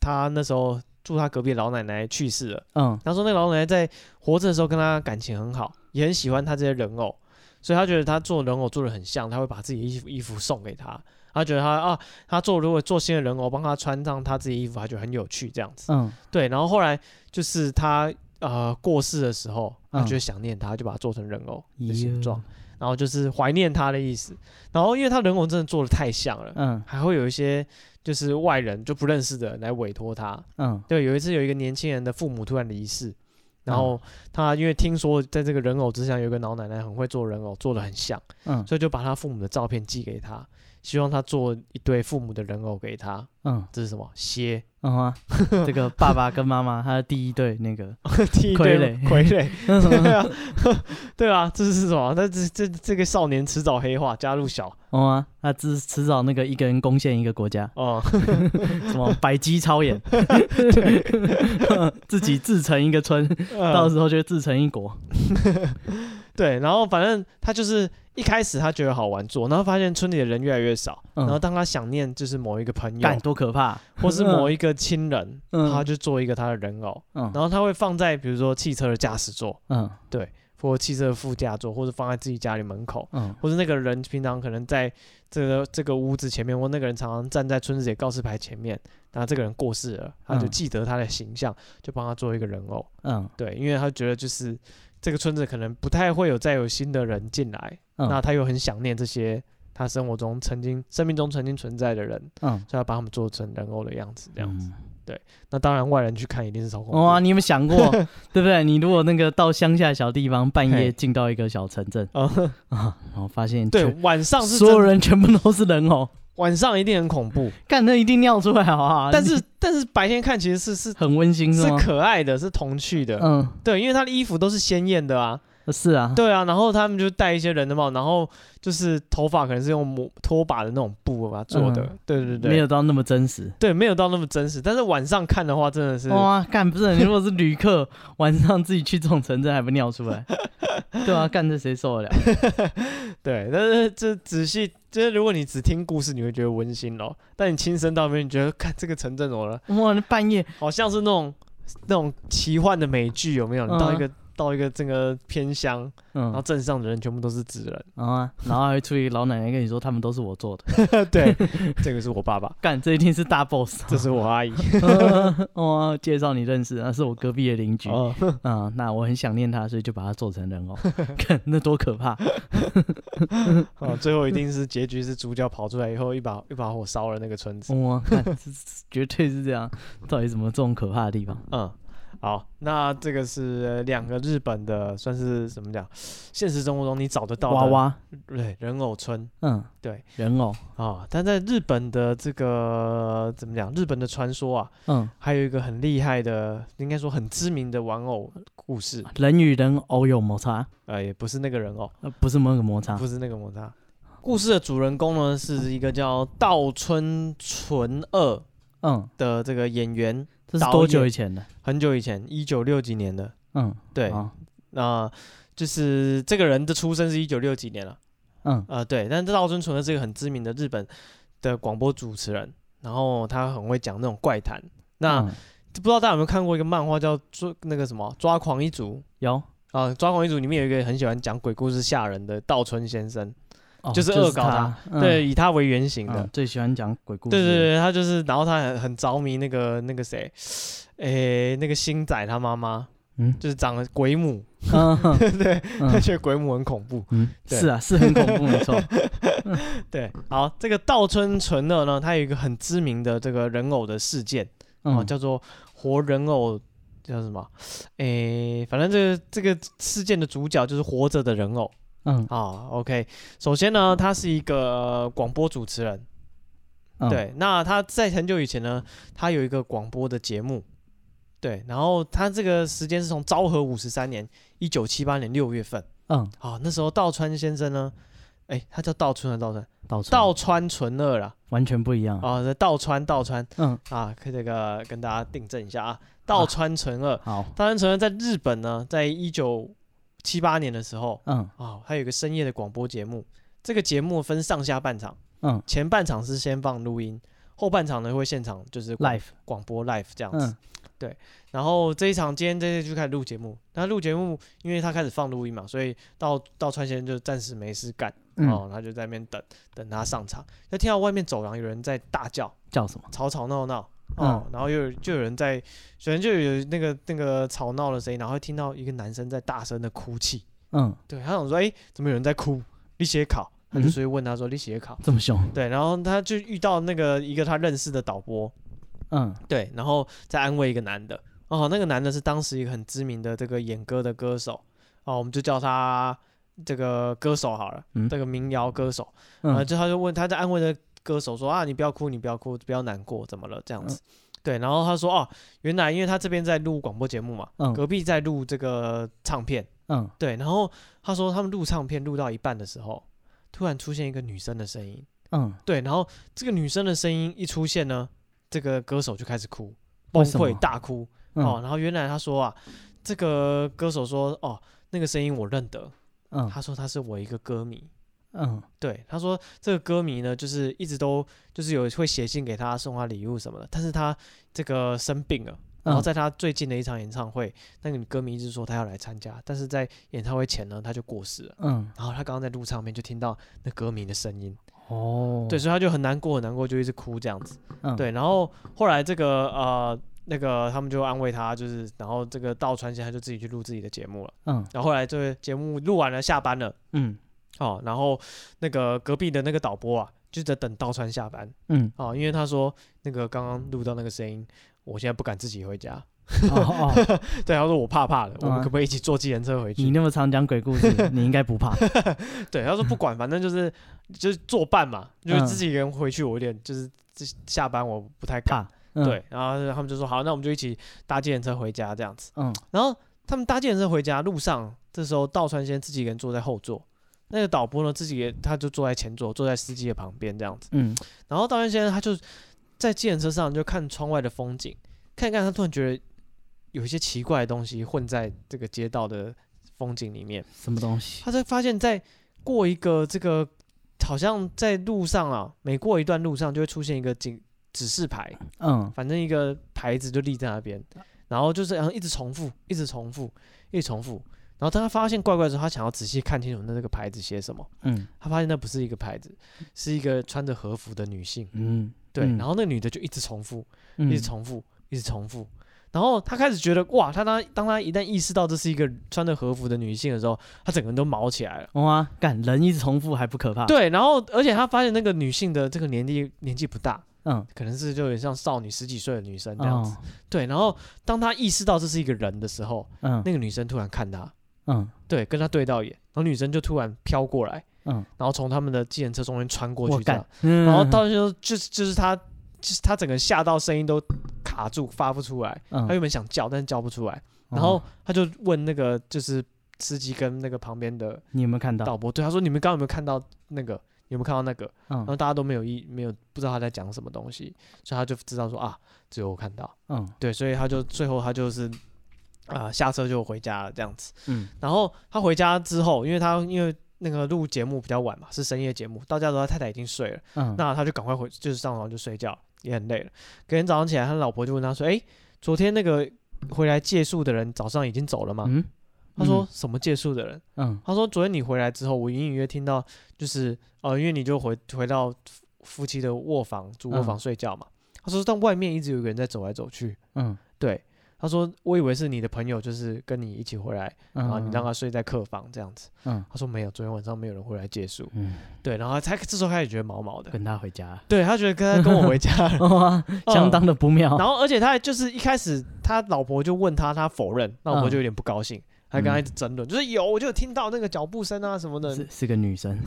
他那时候住他隔壁的老奶奶去世了。嗯他说那个老奶奶在活着的时候跟他感情很好，也很喜欢他这些人偶，所以他觉得他做人偶做的很像，他会把自己的衣服衣服送给他。他觉得他啊，他做如果做新的人偶，帮他穿上他自己的衣服，他觉得很有趣这样子。嗯对，然后后来就是他呃过世的时候，他嗯觉得想念他，就把它做成人偶的形哟状，然后就是怀念他的意思。然后因为他人偶真的做的太像了，嗯还会有一些就是外人就不认识的人来委托他。嗯对，有一次有一个年轻人的父母突然离世。然嗯后他因为听说在这个人偶之乡有一个老奶奶很会做人偶，做的很像，嗯所以就把他父母的照片寄给他，希望他做一对父母的人偶给他。嗯这是什么？蝎？ 嗯啊，这个爸爸跟妈妈，他的第一对那个，第一对傀儡傀儡，对啊，对啊，这是什么？那这这这个少年迟早黑化，加入小哦啊，他迟迟早那个一个人攻陷一个国家，哦，什么百鸡超演， 自己自成一个村，嗯到时候就自成一国。对，然后反正他就是一开始他觉得好玩做，然后发现村里的人越来越少，嗯然后当他想念就是某一个朋友干多可怕！或是某一个亲人，嗯他就做一个他的人偶，嗯然后他会放在比如说汽车的驾驶座，嗯或汽车的副驾座，或者放在自己家里门口。嗯或是那个人平常可能在这个这个屋子前面，或那个人常常站在村子里告示牌前面，然后这个人过世了，他就嗯记得他的形象，就帮他做一个人偶。嗯对，因为他觉得就是这个村子可能不太会有再有新的人进来，那嗯他又很想念这些他生活中曾经、生命中曾经存在的人，嗯，所以要把他们做成人偶的样子这样子。嗯。那当然，外人去看一定是超恐怖哇，的。 你有没有想过，对不对？你如果那个到乡下小地方，半嘿夜进到一个小城镇啊、啊，然后发现对，全晚上是所有真的人全部都是人偶，晚上一定很恐怖，干那一定尿出来，好不好？但是但是白天看其实是是很温馨是啊吗？可爱的，是童趣的。嗯，对，因为他的衣服都是鲜艳的啊，是啊，对啊，然后他们就戴一些人的帽，然后就是头发可能是用抹拖把的那种布把它做的，嗯对对对，没有到那么真实。对没有到那么真实，但是晚上看的话真的是，哇，干不是？你如果是旅客，晚上自己去这种城镇还不尿出 来？对啊，干这谁受得了？对，但是这仔细就是如果你只听故事，你会觉得温馨咯，但你亲身到那边，你觉得看这个城镇怎么了，哇，那半夜好像是那种那种奇幻的美剧有没有？你到一个、到一个这个偏乡，嗯然后镇上的人全部都是纸人， 然后啊，然后还会出一个老奶奶跟你说，他们都是我做的。对，这个是我爸爸，干，这一定是大 boss。这是我 阿姨，哦，介绍你认识，那是我隔壁的邻居。哦，嗯，那我很想念他，所以就把他做成人 偶。看那多可怕！ 哦，最后一定是结局是主角跑出来以后，一把一把火烧了那个村子。哇，看这这绝对是这样。到底怎么这种可怕的地方？嗯，好，那这个是呃两个日本的，算是怎么讲？现实生活中你找得到的娃娃，对人偶村嗯，对，人偶，啊、但在日本的这个怎么讲？日本的传说啊，嗯，还有一个很厉害的，应该说很知名的玩偶故事，人与人偶有摩擦，呃，也不是那个人偶，呃，不是那个摩擦不，是那个摩擦。故事的主人公呢是一个叫道村纯二嗯，的这个演员，这导演是多久以前的？很久以前，一九六几年的，嗯，对，好那、就是这个人的出生是一九六几年了，嗯呃，对，但是道尊纯的是一个很知名的日本的广播主持人，然后他很会讲那种怪谈。那、嗯不知道大家有没有看过一个漫画叫《抓那个什么抓狂一族有》啊，《抓狂一族》里面有一个很喜欢讲鬼故事吓人的道村先生，哦就是恶搞他他，嗯，对，以他为原型的。嗯，最喜欢讲鬼故事，对对对，他就是，然后他很很着迷那个那个谁，诶，那个星仔他妈妈，嗯 就是长得鬼母，嗯 对，他嗯觉得鬼母很恐怖，嗯，对是啊，是很恐怖，没错，对，好，这个道村纯二呢，他有一个很知名的这个人偶的事件啊、嗯，叫做活人偶，叫什么？诶，反正这个这个事件的主角就是活着的人偶嗯啊。OK，首先呢，他是一个、呃广播主持人，嗯，对，那他在很久以前呢，他有一个广播的节目，对，然后他这个时间是从昭和五十三年一九七八年六月份嗯，啊，那时候道川先生呢，诶，他叫道村的道川，到处道川纯二啦。完全不一样，哦，这道川道川嗯，啊，可以这个跟大家订正一下啊，道川纯二，好，道川纯二在日本呢，在一九七八年的时候嗯啊，还有一个深夜的广播节目，这个节目分上下半场，嗯前半场是先放录音，后半场呢会现场就是广，life，广播 live 这样子，嗯然后这一场今天这一就开始录节目，那录节目因为他开始放录音嘛，所以道道川先生就暂时没事干、嗯，哦，他就在那边等等他上场，就听到外面走廊有人在大叫。叫什么？吵吵闹闹哦，嗯然后又有就有人在，首先就有那个那个吵闹的声音，然后听到一个男生在大声的哭泣，嗯，对他想说，哎，怎么有人在哭？你写考，他就嗯所以问他说，你写考？这么凶，对，然后他就遇到那个一个他认识的导播，嗯对，然后再安慰一个男的，哦，那个男的是当时一个很知名的这个演歌的歌手，哦，我们就叫他这个歌手好了，嗯这个民谣歌手，然后嗯啊就他就问他在安慰的歌手说啊，你不要哭，你不要哭，不要难过，怎么了这样嗯子？对，然后他说哦，原来因为他这边在录广播节目嘛，嗯隔壁在录这个唱片，嗯，对，然后他说他们录唱片录到一半的时候，突然出现一个女生的声音，嗯，对，然后这个女生的声音一出现呢，这个歌手就开始哭，崩为什么溃大哭哦，嗯然后原来他说啊，这个歌手说哦，那个声音我认得，嗯他说他是我一个歌迷，嗯对，他说这个歌迷呢，就是一直都就是有会写信给他送他礼物什么的，但是他这个生病了，然后嗯在他最近的一场演唱会，那个歌迷一直说他要来参加，但是在演唱会前呢，他就过世了。嗯，然后他刚刚在路上面就听到那歌迷的声音，哦，对，所以他就很难过，很难过，就一直哭这样子。嗯，对，然后后来这个呃那个他们就安慰他，就是然后这个道川先生就自己去录自己的节目了。嗯然后后来这个节目录完了，下班了。嗯哦，然后那个隔壁的那个导播啊，就在等道川下班嗯，哦，因为他说那个刚刚录到那个声音，我现在不敢自己回家。哦哦。对，他说我怕怕的，我嗯们啊可不可以一起坐计程车回你去？那么常讲鬼故 事，你应该不怕。对，他说不管，反正就是就是作伴嘛，就是嗯自己一个人回去，我有点就是这下班我不太敢。怕嗯对，然后他们就说好，那我们就一起搭计程车回家这样子。嗯然后他们搭计程车回家路上，这时候道川先自己一个人坐在后座，那个导播呢自己也他就坐在前座，坐在司机的旁边这样子。嗯，然后道川先生他就在计程车上就看窗外的风景，看一看他突然觉得有一些奇怪的东西混在这个街道的风景里面，什么东西？他才发现，在过一个这个好像在路上啊，每过一段路上就会出现一个警指示牌，嗯，反正一个牌子就立在那边，然后就是嗯然后一直重复，一直重复，一直重复。然后当他发现怪怪的时候，他想要仔细看清楚那这个牌子写什么。嗯他发现那不是一个牌子，是一个穿着和服的女性。嗯，对，嗯然后那女的就一直重复，嗯一直重复，一直重复。然后他开始觉得哇，他当当他一旦意识到这是一个穿着和服的女性的时候，他整个人都毛起来了。哇，干人一直重复还不可怕？，对，然后而且他发现那个女性的这个年纪年纪不大，嗯，可能是就有点像少女十几岁的女生这样子。哦，对，然后当他意识到这是一个人的时候，嗯那个女生突然看他，嗯对，跟他对到眼，然后女生就突然飘过来，嗯，然后从他们的计程车中间穿过我去，这干样，，嗯然然后到时候就是就是他就是他整个人吓到声音都卡住发不出来，他嗯，哦原本想叫但是叫不出来，然后他就问那个就是司机跟那个旁边的你有没有看到？导播，对他说你们刚刚有没有看到那个？有没有看到那个？然后嗯大家都没有意，没有不知道他在讲什么东西，所以他就知道说啊，只有我看到。嗯对，所以他就最后他就是啊、呃下车就回家了这样子。嗯然后他回家之后，因为他因为那个录节目比较晚嘛，是深夜节目，到家之后他太太已经睡了，嗯，那他就赶快回就是上床就睡觉，也很累了。隔天早上起来，他老婆就问他说：“哎、昨天那个回来借宿的人早上已经走了吗？”嗯，他说：“什么借宿的人？”嗯他说：“昨天你回来之后，我隐隐约听到，就是呃，因为你就回回到夫夫妻的卧房主卧房嗯睡觉嘛。他说：“但外面一直有一个人在走来走去。”嗯对，他说我以为是你的朋友，就是跟你一起回来，嗯，然后你让他睡在客房这样子。嗯他说没有，昨天晚上没有人回来借宿。嗯对，然后他这时候开始觉得毛毛的，跟他回家，对他觉得跟他跟我回家了。 哇，相当的不妙。然后而且他还就是一开始他老婆就问他，他否认，老嗯婆就有点不高兴，还跟他一直争论，就是有我就有听到那个脚步声啊什么的，是是个女生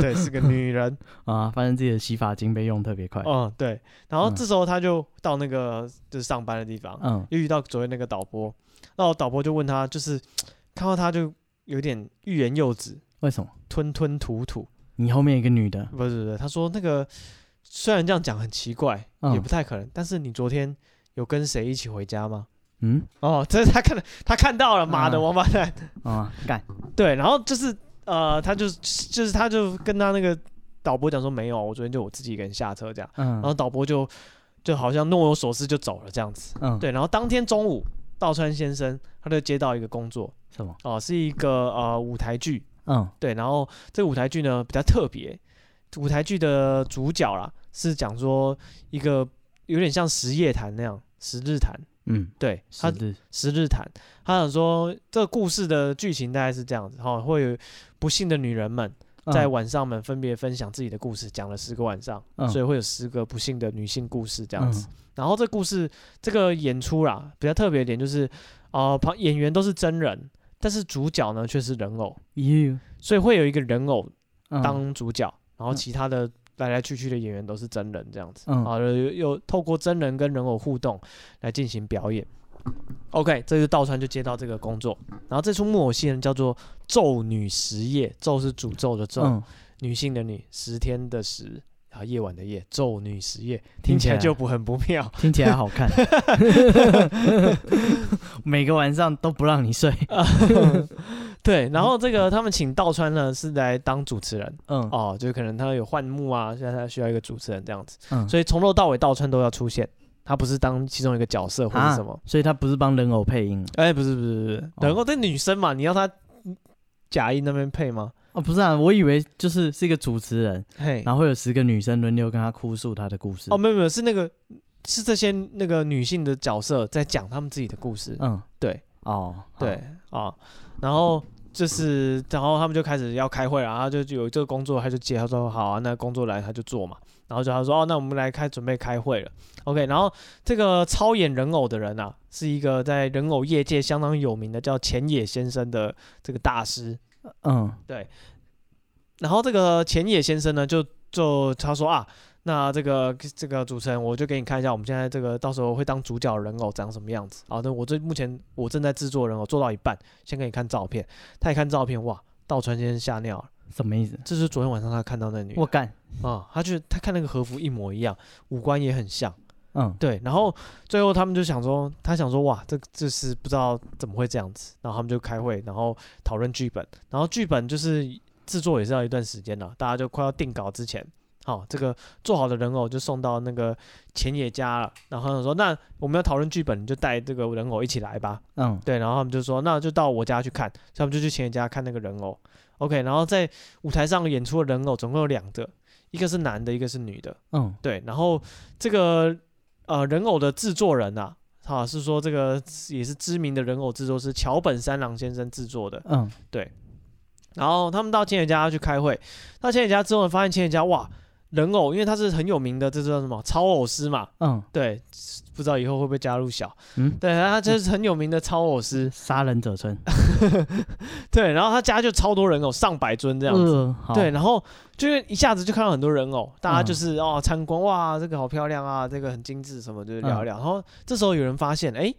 对，是个女人，啊，发现自己的洗发精被用特别快。嗯对。然后嗯这时候他就到那个就是上班的地方，嗯又遇到昨天那个导播，然后导播就问他，就是看到他就有点欲言又止，为什么？吞吞吐吐。你后面一个女的，不是不是，他说那个虽然这样讲很奇怪，嗯也不太可能，但是你昨天有跟谁一起回家吗？嗯哦，这是他看了，他看到了，妈的嗯王八蛋！啊，干，对，然后就是呃，他就就是他就跟他那个导播讲说没有，我昨天就我自己一个人下车这样，嗯然后导播就就好像若有所思就走了这样子。嗯，对，然后当天中午，道川先生他就接到一个工作，什么？哦，是一个呃舞台剧，嗯对，然后这个舞台剧呢比较特别，舞台剧的主角啦是讲说一个有点像十夜谈那样，十日谈，嗯，对，是他的，十日谈，他想说这个故事的剧情大概是这样子，哈、哦，会有不幸的女人们在嗯晚上们分别分享自己的故事，讲了十个晚上，嗯所以会有十个不幸的女性故事这样子。，然后这故事这个演出啦，比较特别一点就是，呃，旁演员都是真人，但是主角呢却是人偶， you 所以会有一个人偶嗯当主角，然后其他的来来去去的演员都是真人这样子，啊嗯好了，又又透过真人跟人偶互动来进行表演。OK，这就道川就接到这个工作，然后这出木偶戏呢叫做《咒女十夜》，咒是诅咒的咒，嗯，女性的女，十天的十，然后夜晚的夜，咒女十 夜，听听起起来来就不很不 妙。听起来好 看，每个晚上都不让你睡。对，然后这个他们请道川呢是来当主持人嗯哦，就可能他有换幕啊，现在他需要一个主持人这样子，嗯，所以从头到尾道川都要出现，他不是当其中一个角色或者什么。所以他不是帮人偶配音哎、不是不是不是，哦然后这女生嘛，你要她假音那边配吗？哦，不是啊，我以为就是是一个主持人，嘿，然后会有十个女生轮流跟他哭诉他的故事。哦，没有没有，是那个是这些那个女性的角色在讲她们自己的故事，嗯，对，哦，对啊、然后就是，然后他们就开始要开会了，然后就有这个工作，他就接，他说好啊，那工作来他就做嘛，然后就他说哦，那我们来开准备开会了，OK，然后这个操演人偶的人啊，是一个在人偶业界相当有名的叫浅野先生的这个大师，好，嗯然后这个浅野先生呢，就就他说啊，那这个这个主持人，我就给你看一下，我们现在这个到时候会当主角的人偶长什么样子。好的，我这目前我正在制作人偶，做到一半，先给你看照片。他一看照片，哇，道川先生吓尿了。什么意思？这是昨天晚上他看到那女的我干，啊、他觉得他看那个和服一模一样，五官也很像。嗯，对，然后最后他们就想说，他想说，哇，这这是不知道怎么会这样子，然后他们就开会，然后讨论剧本，然后剧本就是制作也是要一段时间了，大家就快要定稿之前，好，这个做好的人偶就送到那个前野家了，然后他说，那我们要讨论剧本，你就带这个人偶一起来吧，嗯，对，然后他们就说，那就到我家去看，所以他们就去前野家看那个人偶，OK，然后在舞台上演出的人偶总共有两个，一个是男的，一个是女的，嗯，对，然后这个呃人偶的制作人啊，哈、是说这个也是知名的人偶制作师桥本三郎先生制作的。嗯，然后他们到千野家去开会，到千野家之后呢，发现千野家哇人偶，因为他是很有名的，这叫什么超偶师嘛？嗯，对，不知道以后会不会加入小？嗯，对，他就是很有名的超偶师。 杀人者村对，然后他家就超多人偶，上百尊这这样子。呃好，对，，然后就是一下子就看到很多人偶，大家就是、哦参观哇，这个好漂亮啊，这个很精致什么，就是聊一聊。然后这时候有人发现，哎，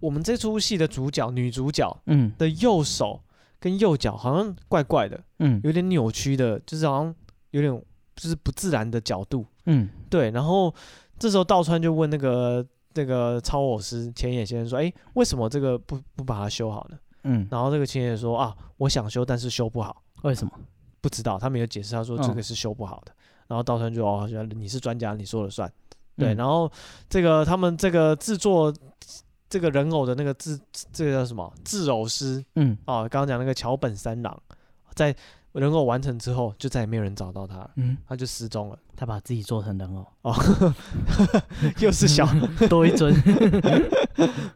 我们这出戏的主角女主角嗯的右手跟右脚好像怪怪的，嗯有点扭曲的，就是好像有点就是不自然的角度。嗯，对，然后这时候道川就问那个那个超偶师前野先生说，哎，为什么这个不不把它修好呢？嗯，然后这个前野说啊，我想修，但是修不好。为什么？不知道，他没有解释，他说这嗯个是修不好的。然后道川就哦，原来你是专家，你说了算。对，嗯然后这个他们这个制作这个人偶的那个制这个叫什么制偶师嗯哦，刚刚讲那个桥本三郎，在人偶完成之后，就再也没有人找到他了，嗯，他就失踪了。哦他把自己做成人偶， 又是小， 多一 尊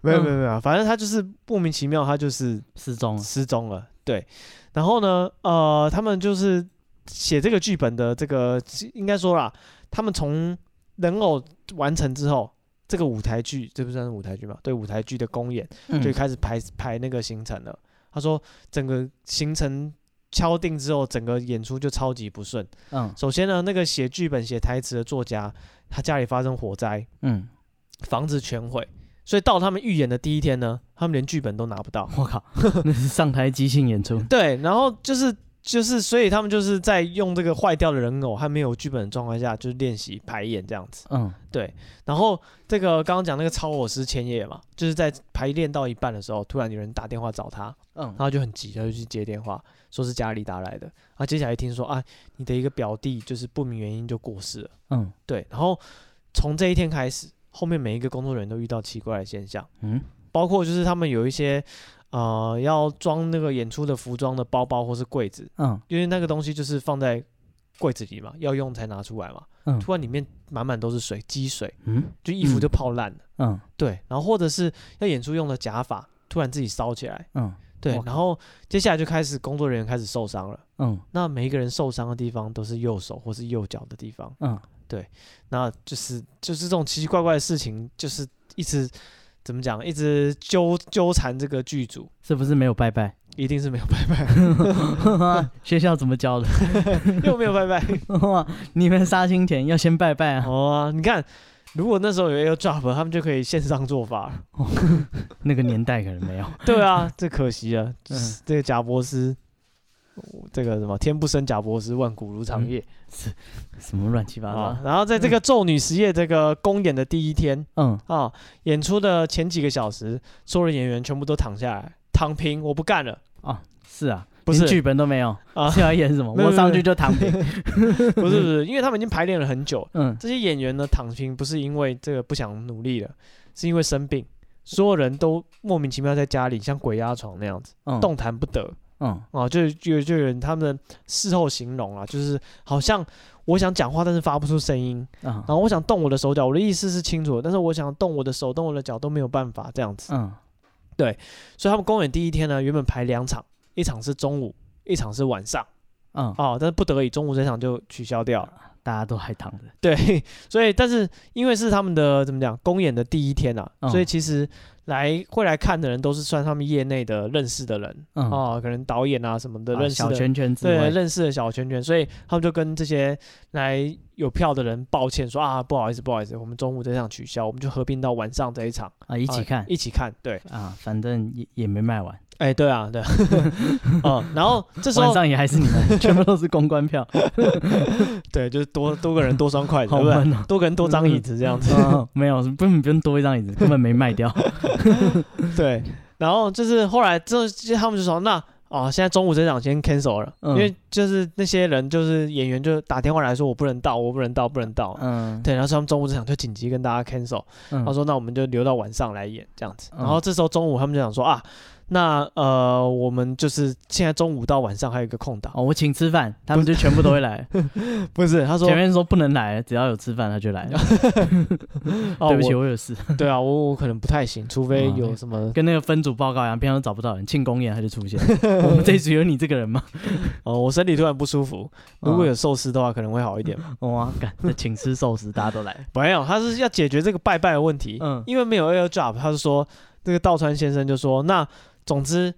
没有没有没有，反正他就是莫名其妙，他就是失踪了，失踪了。对，然后呢，呃，他们就是写这个剧本的这个，应该说啦，他们从人偶完成之后，这个舞台剧，这不算是舞台剧嘛？对，舞台剧的公演嗯就开始排、排那个行程了。他说，整个行程敲定之后，整个演出就超级不顺。嗯首先呢，那个写剧本、写台词的作家，他家里发生火灾，嗯，房子全毁。所以到他们预演的第一天呢，他们连剧本都拿不到，我靠，那是上台即兴演出，对，然后就是就是，所以他们就是在用这个坏掉的人偶还没有剧本的状况下，就是练习排演这样子。嗯然后这个刚刚讲那个超我师千叶嘛，就是在排练到一半的时候，突然有人打电话找他，嗯，他就很急，他就去接电话，说是家里打来的。他接下来一听说啊，你的一个表弟就是不明原因就过世了。嗯对，然后从这一天开始，后面每一个工作人员都遇到奇怪的现象。嗯包括就是他们有一些呃要装那个演出的服装的包包或是柜子，嗯因为那个东西就是放在柜子里嘛，要用才拿出来嘛。嗯突然里面满满都是水，积水，嗯就衣服就泡烂了。嗯对，然后或者是要演出用的假发，突然自己烧起来。嗯对哇，然后接下来就开始工作人员开始受伤了。嗯那每一个人受伤的地方都是右手或是右脚的地方，嗯，那就是就是这种奇奇怪怪的事情，就是一直怎么讲，一直纠纠缠这个剧组，是不是没有拜拜？ 一定是没有拜拜， 学校怎么教的？ 又没有拜拜。哇，你们杀青前要先拜拜啊！ 哦、你看，如果那时候有 AirDrop，他们就可以线上做法了。那个年代可能 没有。对啊，这可惜了。嗯这个贾博士，这个什么“天不生贾博士，万古如长夜什么乱七”八啊糟。。然后在这个咒女实业这个公演的第一天嗯，啊，演出的前几个小时，所有的演员全部都躺下来，躺平，我不干了。哦，是啊，不连是剧本都没有，啊是要演什么？没有我上没去有就躺平。不是不 是，因为他们已经排练了很久，嗯，这些演员呢躺平不是因为这个不想努力了，是因为生病，所有人都莫名其妙在家里像鬼压床那样子，嗯，动弹不得嗯啊，就就就有人他们的事后形容啊，就是好像我想讲话，但是发不出声音，嗯然后我想动我的手脚，我的意思是清楚的，但是我想动我的手、动我的脚都没有办法这样子，嗯所以他们公演第一天呢，原本排两场，一场是中午，一场是晚上嗯，啊，但是不得已，中午这场就取消掉了。大家都还躺着。对， 所以但是因为是他们的怎么讲公演的第一天啊，嗯所以其实来会来看的人都是算他们业内的认识的人嗯，啊，哦，可能导演啊什么的认识小的，圈圈之对外，认识的小圈圈，所以他们就跟这些来有票的人抱歉说啊，不好意思，不好意思，我们中午这场取消，我们就合并到晚上这一场啊，一啊起看一起看。 对，啊，反正也也没卖完，哎，对啊，对啊， 嗯，然后这时晚候上也还是你 们，全部都是公关票，对，就是多多个人多双筷子，好哎对不对？闷哦。多个人多张椅子这样子。嗯，没有，不用不用多一张椅子，根本没卖 掉。嗯对，然后就是后来这他们就说那。哦，现在中午这场先 cancel 了，嗯因为就是那些人，就是演员，就打电话来说我不能到，我不能到，不能到。嗯，哦对，然后他们中午这场就紧急跟大家 cancel，嗯他说那我们就留到晚上来演这样子。然嗯后这时候中午他们就想说啊，那呃我们就是现在中午到晚上还有一个空档， 哦，我请吃饭，他们就全部都会来。不是？ 他说前面说不能来，只要有吃饭他就来。哦对不起，我 我有事，对啊，我我可能不太行，除非嗯有什么跟那个分组报告一样，平常都找不到人，庆功宴他就 出现。我们这一组有你这个人吗？哦我身体突然不舒服，嗯如果有寿司的话可能会好一 点嘛。哦 哇，敢请吃寿司，大家都来。没有，他是要解决这个拜拜的问题，嗯因为没有 air drop，他是说这个道川先生就说那总之。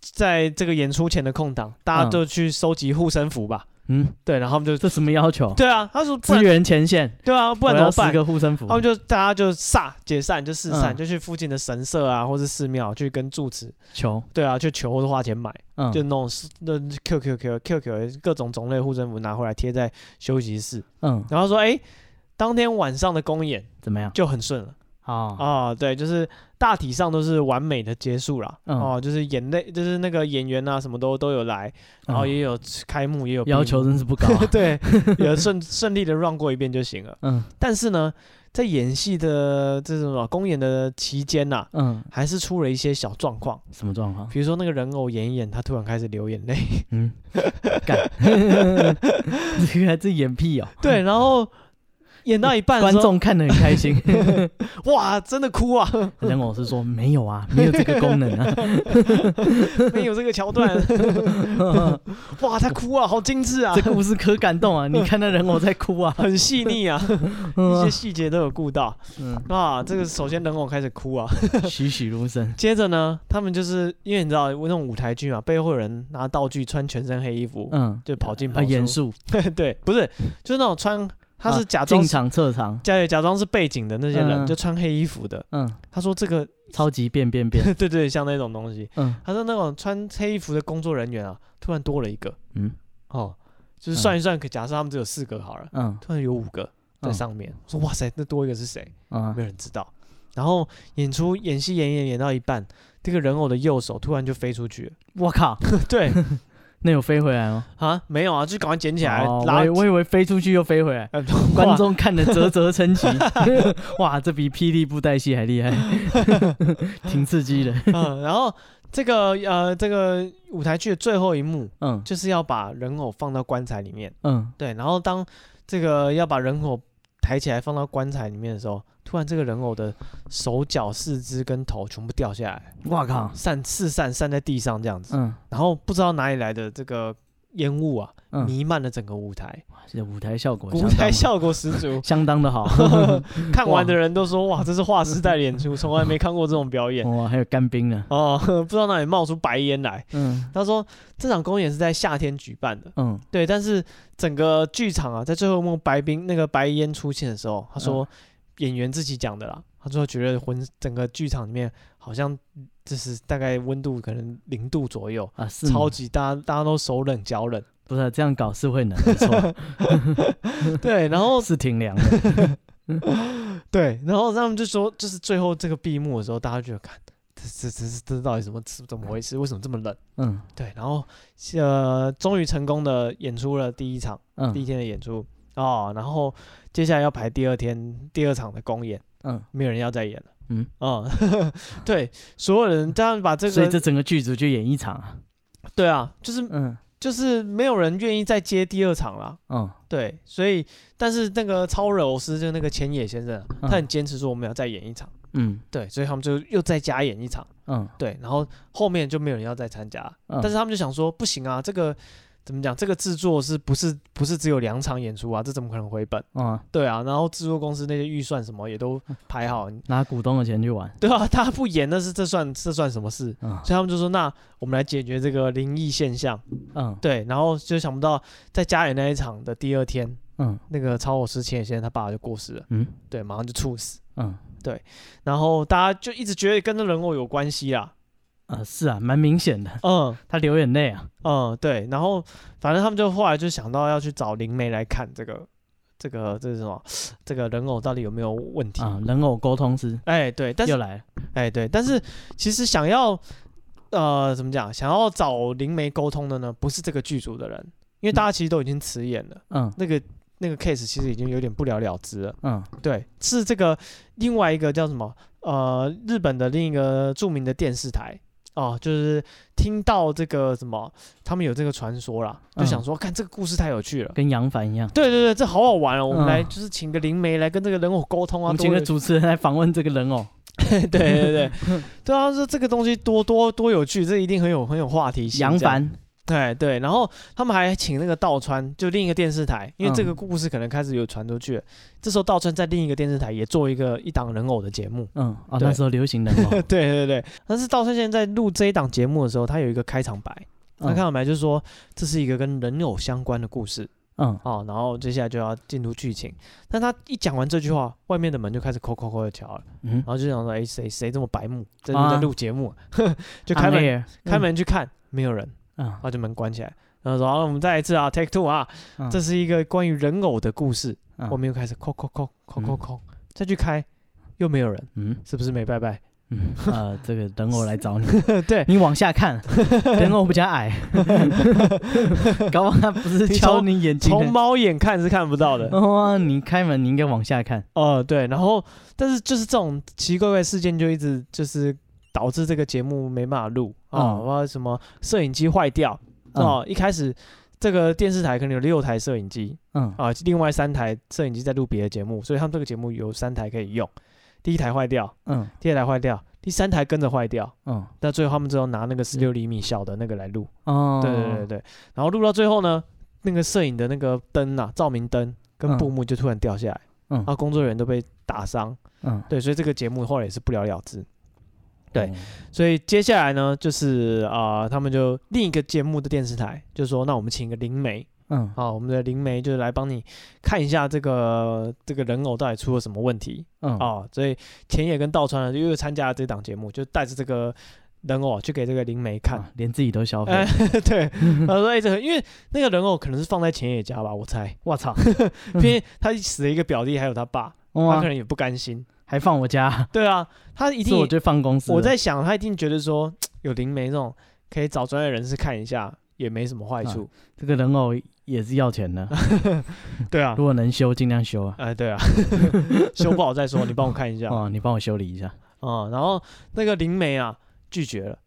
在这个演出前的空档，大家嗯就去收集护身符吧。嗯，对，然后他们就这什么要求？对啊，他说不支然援前线，对啊，不然怎我要么十办？个护身符他。们就大家就散解散，就四散，嗯就去附近的神社啊，或是寺庙去跟住持，求，对啊，去求或者花钱买，嗯，就弄那 QQQ QQ 各种种类护身符拿回来贴在休息室，嗯，然后说哎、诶当天晚上的公演怎么样？就很顺了哦，啊，对，就是大体上都是完美的结束啦。嗯哦，就是眼泪，就是那个演员啊，什么都都有来，然后嗯也有开幕，也有闭幕 要求真是不高啊。对，也顺顺利的 run 过一遍就行了。嗯但是呢，在演戏的这种啊公演的期间呐、嗯，还是出了一些小状况，什么 状况？比如说那个人偶演一演，他突然开始流眼 泪， 嗯，干， 这个还是演屁哦。对，然后演到一半的观时候，众看得很 开心，哇，真的哭 啊，人偶是说没有啊，没有这个功能啊。没有这个桥 段，哇，他哭啊，好精致 啊嗯这，故事可感动啊！你看那人偶在 哭啊，很细腻 啊，一些细节都有顾到嗯，啊。这个首先人偶开始哭啊，栩栩如生。接着呢，他们就是因为你知道那种舞台剧嘛，背后有人拿道具，穿全身黑衣服，嗯，就跑进跑啊，出，严肃， 对，不是，就是那种穿，他是啊假装进是、场撤场。假假装是背景的那些人，嗯就穿黑衣服的。嗯，他说这个， 超级变变变。对对，像那种东西。嗯他说那种穿黑衣服的工作人员啊，突然多了一个，嗯哦，就是算一算，可假设他们只有四个好了，嗯突然有五个在嗯上面。我说哇塞，那多一个是谁？嗯没有人知道。然后演出演戏演演演到一半，这个人偶的右手突然就飞出去了。 我靠，对那有飞回来吗？啊，没有啊，就赶快捡起来、哦拉我以。我以为飞出去又飞回来。呃 观哇众看得啧啧称 奇，哇，这比霹雳布袋戏还厉害， 挺刺激的。嗯，然后这个呃，这个舞台剧的最后一幕嗯就是要把人偶放到棺材里面，嗯，对，然后当这个要把人偶抬起来放到棺材里面的时候，突然这个人偶的手脚、四肢跟头全部掉下来，哇靠，散四散散在地上这样子，嗯然后不知道哪里来的这个烟雾啊，嗯，弥漫了整个舞台，哇这舞台效果相舞当好，。台效果十足 相当的好， 看完哇的人都说哇，这是划时代的演出，从来没看过这种表演哇，还有干冰呢，哦， 不知道哪里冒出白烟来。嗯他说这场公演是在夏天举办的，嗯，对，但是整个剧场啊，在最后一幕白冰那个白烟出现的时候，他说、嗯演员自己讲的啦，他说觉得浑整个剧场里面好像就是大概温度可能零度左右。啊是吗超级大家，大家都手冷脚冷， 不是啊这样搞是会 冷，没错，对，然 后是挺凉的，对，然后他们就说，就是最后这个闭幕的时候，大家就觉得看这这这这这到底怎么怎么回事？为什么这么冷？嗯对，然后呃，终于成功的演出了第一场。第一嗯天的演出哦，然后接下来要排第二天第二场的公演，嗯，没有人要再演了。嗯哦， 对，所有人这样把这所以个，这整个剧组就演一场啊，对啊，就是嗯就是没有人愿意再接第二场啦。嗯对，所以但是那个超柔师就那个浅野先生啊，他嗯很坚持说我们要再演一场，嗯对，所以他们就又再加演一场，嗯对，然后后面就没有人要再参加，嗯，但是他们就想说不行啊，这个怎么讲？这个制作是不是不是只有两场演出啊？这怎么可能回本？嗯对啊，然后制作公司那些预算什么也都排好，拿股东的钱去玩，对啊， 他不演，那是这算这算什么事？嗯所以他们就说，那我们来解决这个灵异现象。嗯对，然后就想不到在家里那一场的第二天，嗯那个超火师钱先生他爸爸就过世了，嗯对，马上就猝死。嗯然后大家就一直觉得跟这人偶有关系啦，啊，是啊，蛮明显的，嗯他流眼泪啊，嗯，对。然后反正他们就后来就想到要去找灵媒来看这个这个这是什么 这个人偶到底有没有问题。啊，人偶沟通师哎，对，但又是来了，哎，对，但是其实想要呃怎么讲，想要找灵媒沟通的呢，不是这个剧组的人，因为大家其实都已经辞演了，嗯那个那个 case 其实已经有点不了了之了。嗯对，是这个另外一个叫什么？呃，日本的另一个著名的电视台哦，就是听到这个什么，他们有这个传说啦，就想嗯说，看这个故事太有趣了。跟杨凡一样，对对对，这好好玩哦！我们嗯来就是请个灵媒来跟这个人偶沟通我啊，们多请个有主持人来访问这个人偶， 对对对对啊，说这个东西多多多有趣，这一定很有很有话题性。杨这样凡，对对，然后他们还请那个道川，就另一个电视台，因为这嗯个故事可能开始有传出去了，这时候道川在另一个电视台也做一个一档人偶的节目。嗯，哦，对那时候流行人 偶，对对对，但是道川现在在录这一档节目的时候，他有一个开场白，那嗯开场白就是说这是一个跟人偶相关的故事嗯，哦，然后接下来就要进入剧情。但他一讲完这句话，外面的门就开始扣扣扣的敲了，嗯然，后就想说，哎，谁谁这么白目，在啊在录节目啊， 就开门 On air，开门去看，没有人，嗯，然后就门关起来。然后说：“好，我们再一次啊，take two 啊，嗯，这是一个关于人偶的故事。”嗯我们又开始扣扣扣扣扣扣，再去开，又没有人，嗯是不是没拜 拜？嗯，呃，这个人偶来找你， 对，你往下看，人偶比较矮， 搞不好他不 是你敲从你眼 睛从的，猫眼看是看不到的。哦，你开门你应该往下看，哦，对，然后但是就是这种奇奇怪怪的事件就一直就是导致这个节目没办法录啊，嗯或、者什么摄影机坏掉哦、一开始这个电视台可能有六台摄影机嗯啊、另外三台摄影机在录别的节目，所以他们这个节目有三台可以用，第一台坏掉，嗯第二台坏掉，第三台跟着坏掉。嗯，但最后他们只有拿那个十六厘米小的那个来录，哦，对对对对，然后录到最后呢，那个摄影的那个灯啊，照明灯跟嗯布幕就突然掉下来，嗯然后工作人员都被打伤，嗯，对，所以这个节目后来也是不了了之。对，所以接下来呢，就是啊、呃他们就另一个节目的电视台就说，那我们请一个灵媒，嗯好，我们的灵媒就是来帮你看一下这个这个人偶到底出了什么问题嗯啊、哦所以前野跟道川呢，又参加了这档节目，就带着这个人偶去给这个灵媒看。啊连自己都消费哎，，对，他说哎，这个因为那个人偶可能是放在前野家吧，我猜， 我操，因为他死了一个表弟，还有他爸，他 哇可，能也不甘 心。还放我家，对啊，他一是定我就放公司，我在想，他一定觉得说有灵媒这种可以找专业人士看一下，也没什么啊坏处。这个人偶也是要钱啊的，对啊如，果能修尽量修啊，哎、对啊， 修不好再说，你帮我看一下啊、 哦，你帮我修理一下嗯然后那个灵媒啊拒绝了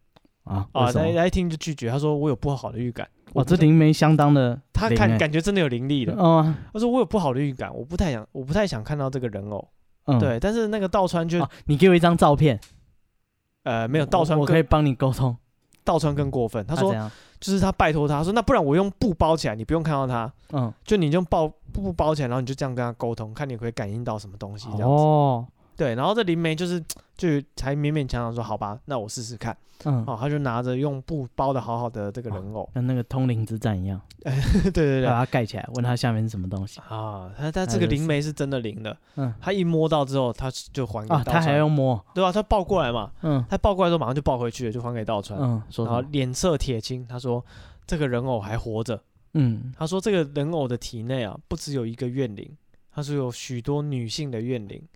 啊，啊，为什他么他一听就拒绝，他说我有不好的预感。哦，我这不太灵媒相当的灵他欸，看感觉真的有灵力了。哦，他说我有不好的预感，我不太想，我不太想看到这个人偶。嗯，对，但是那个道川就哦，你给我一张照片，呃没有道川我我可以更帮你沟通。道川更过分，他啊说怎样？就是他拜托他他说那不然我用布包起来，你不用看到他，嗯，就你用包布包起来，然后你就这样跟他沟通，看你可以感应到什么东西这样子。哦，对，然后这灵媒就是就才勉勉强强说好吧，那我试试看。嗯，哦，他就拿着用布包的好好的这个人 偶，跟那个通灵之战一样，对对对把它盖起来，问他下面是什么东西啊，他他他这个就是灵媒是真的灵的，嗯他一摸到之后他就还给啊？道他还川，要摸，对啊，他抱过来嘛，嗯他抱过来之后马上就抱回去了，就还给道川。嗯，说啊然后什么？脸色铁青，他说这个人偶还活着。嗯，他说这个人偶的体内啊，不只有一个怨灵，他说有许多女性的怨灵，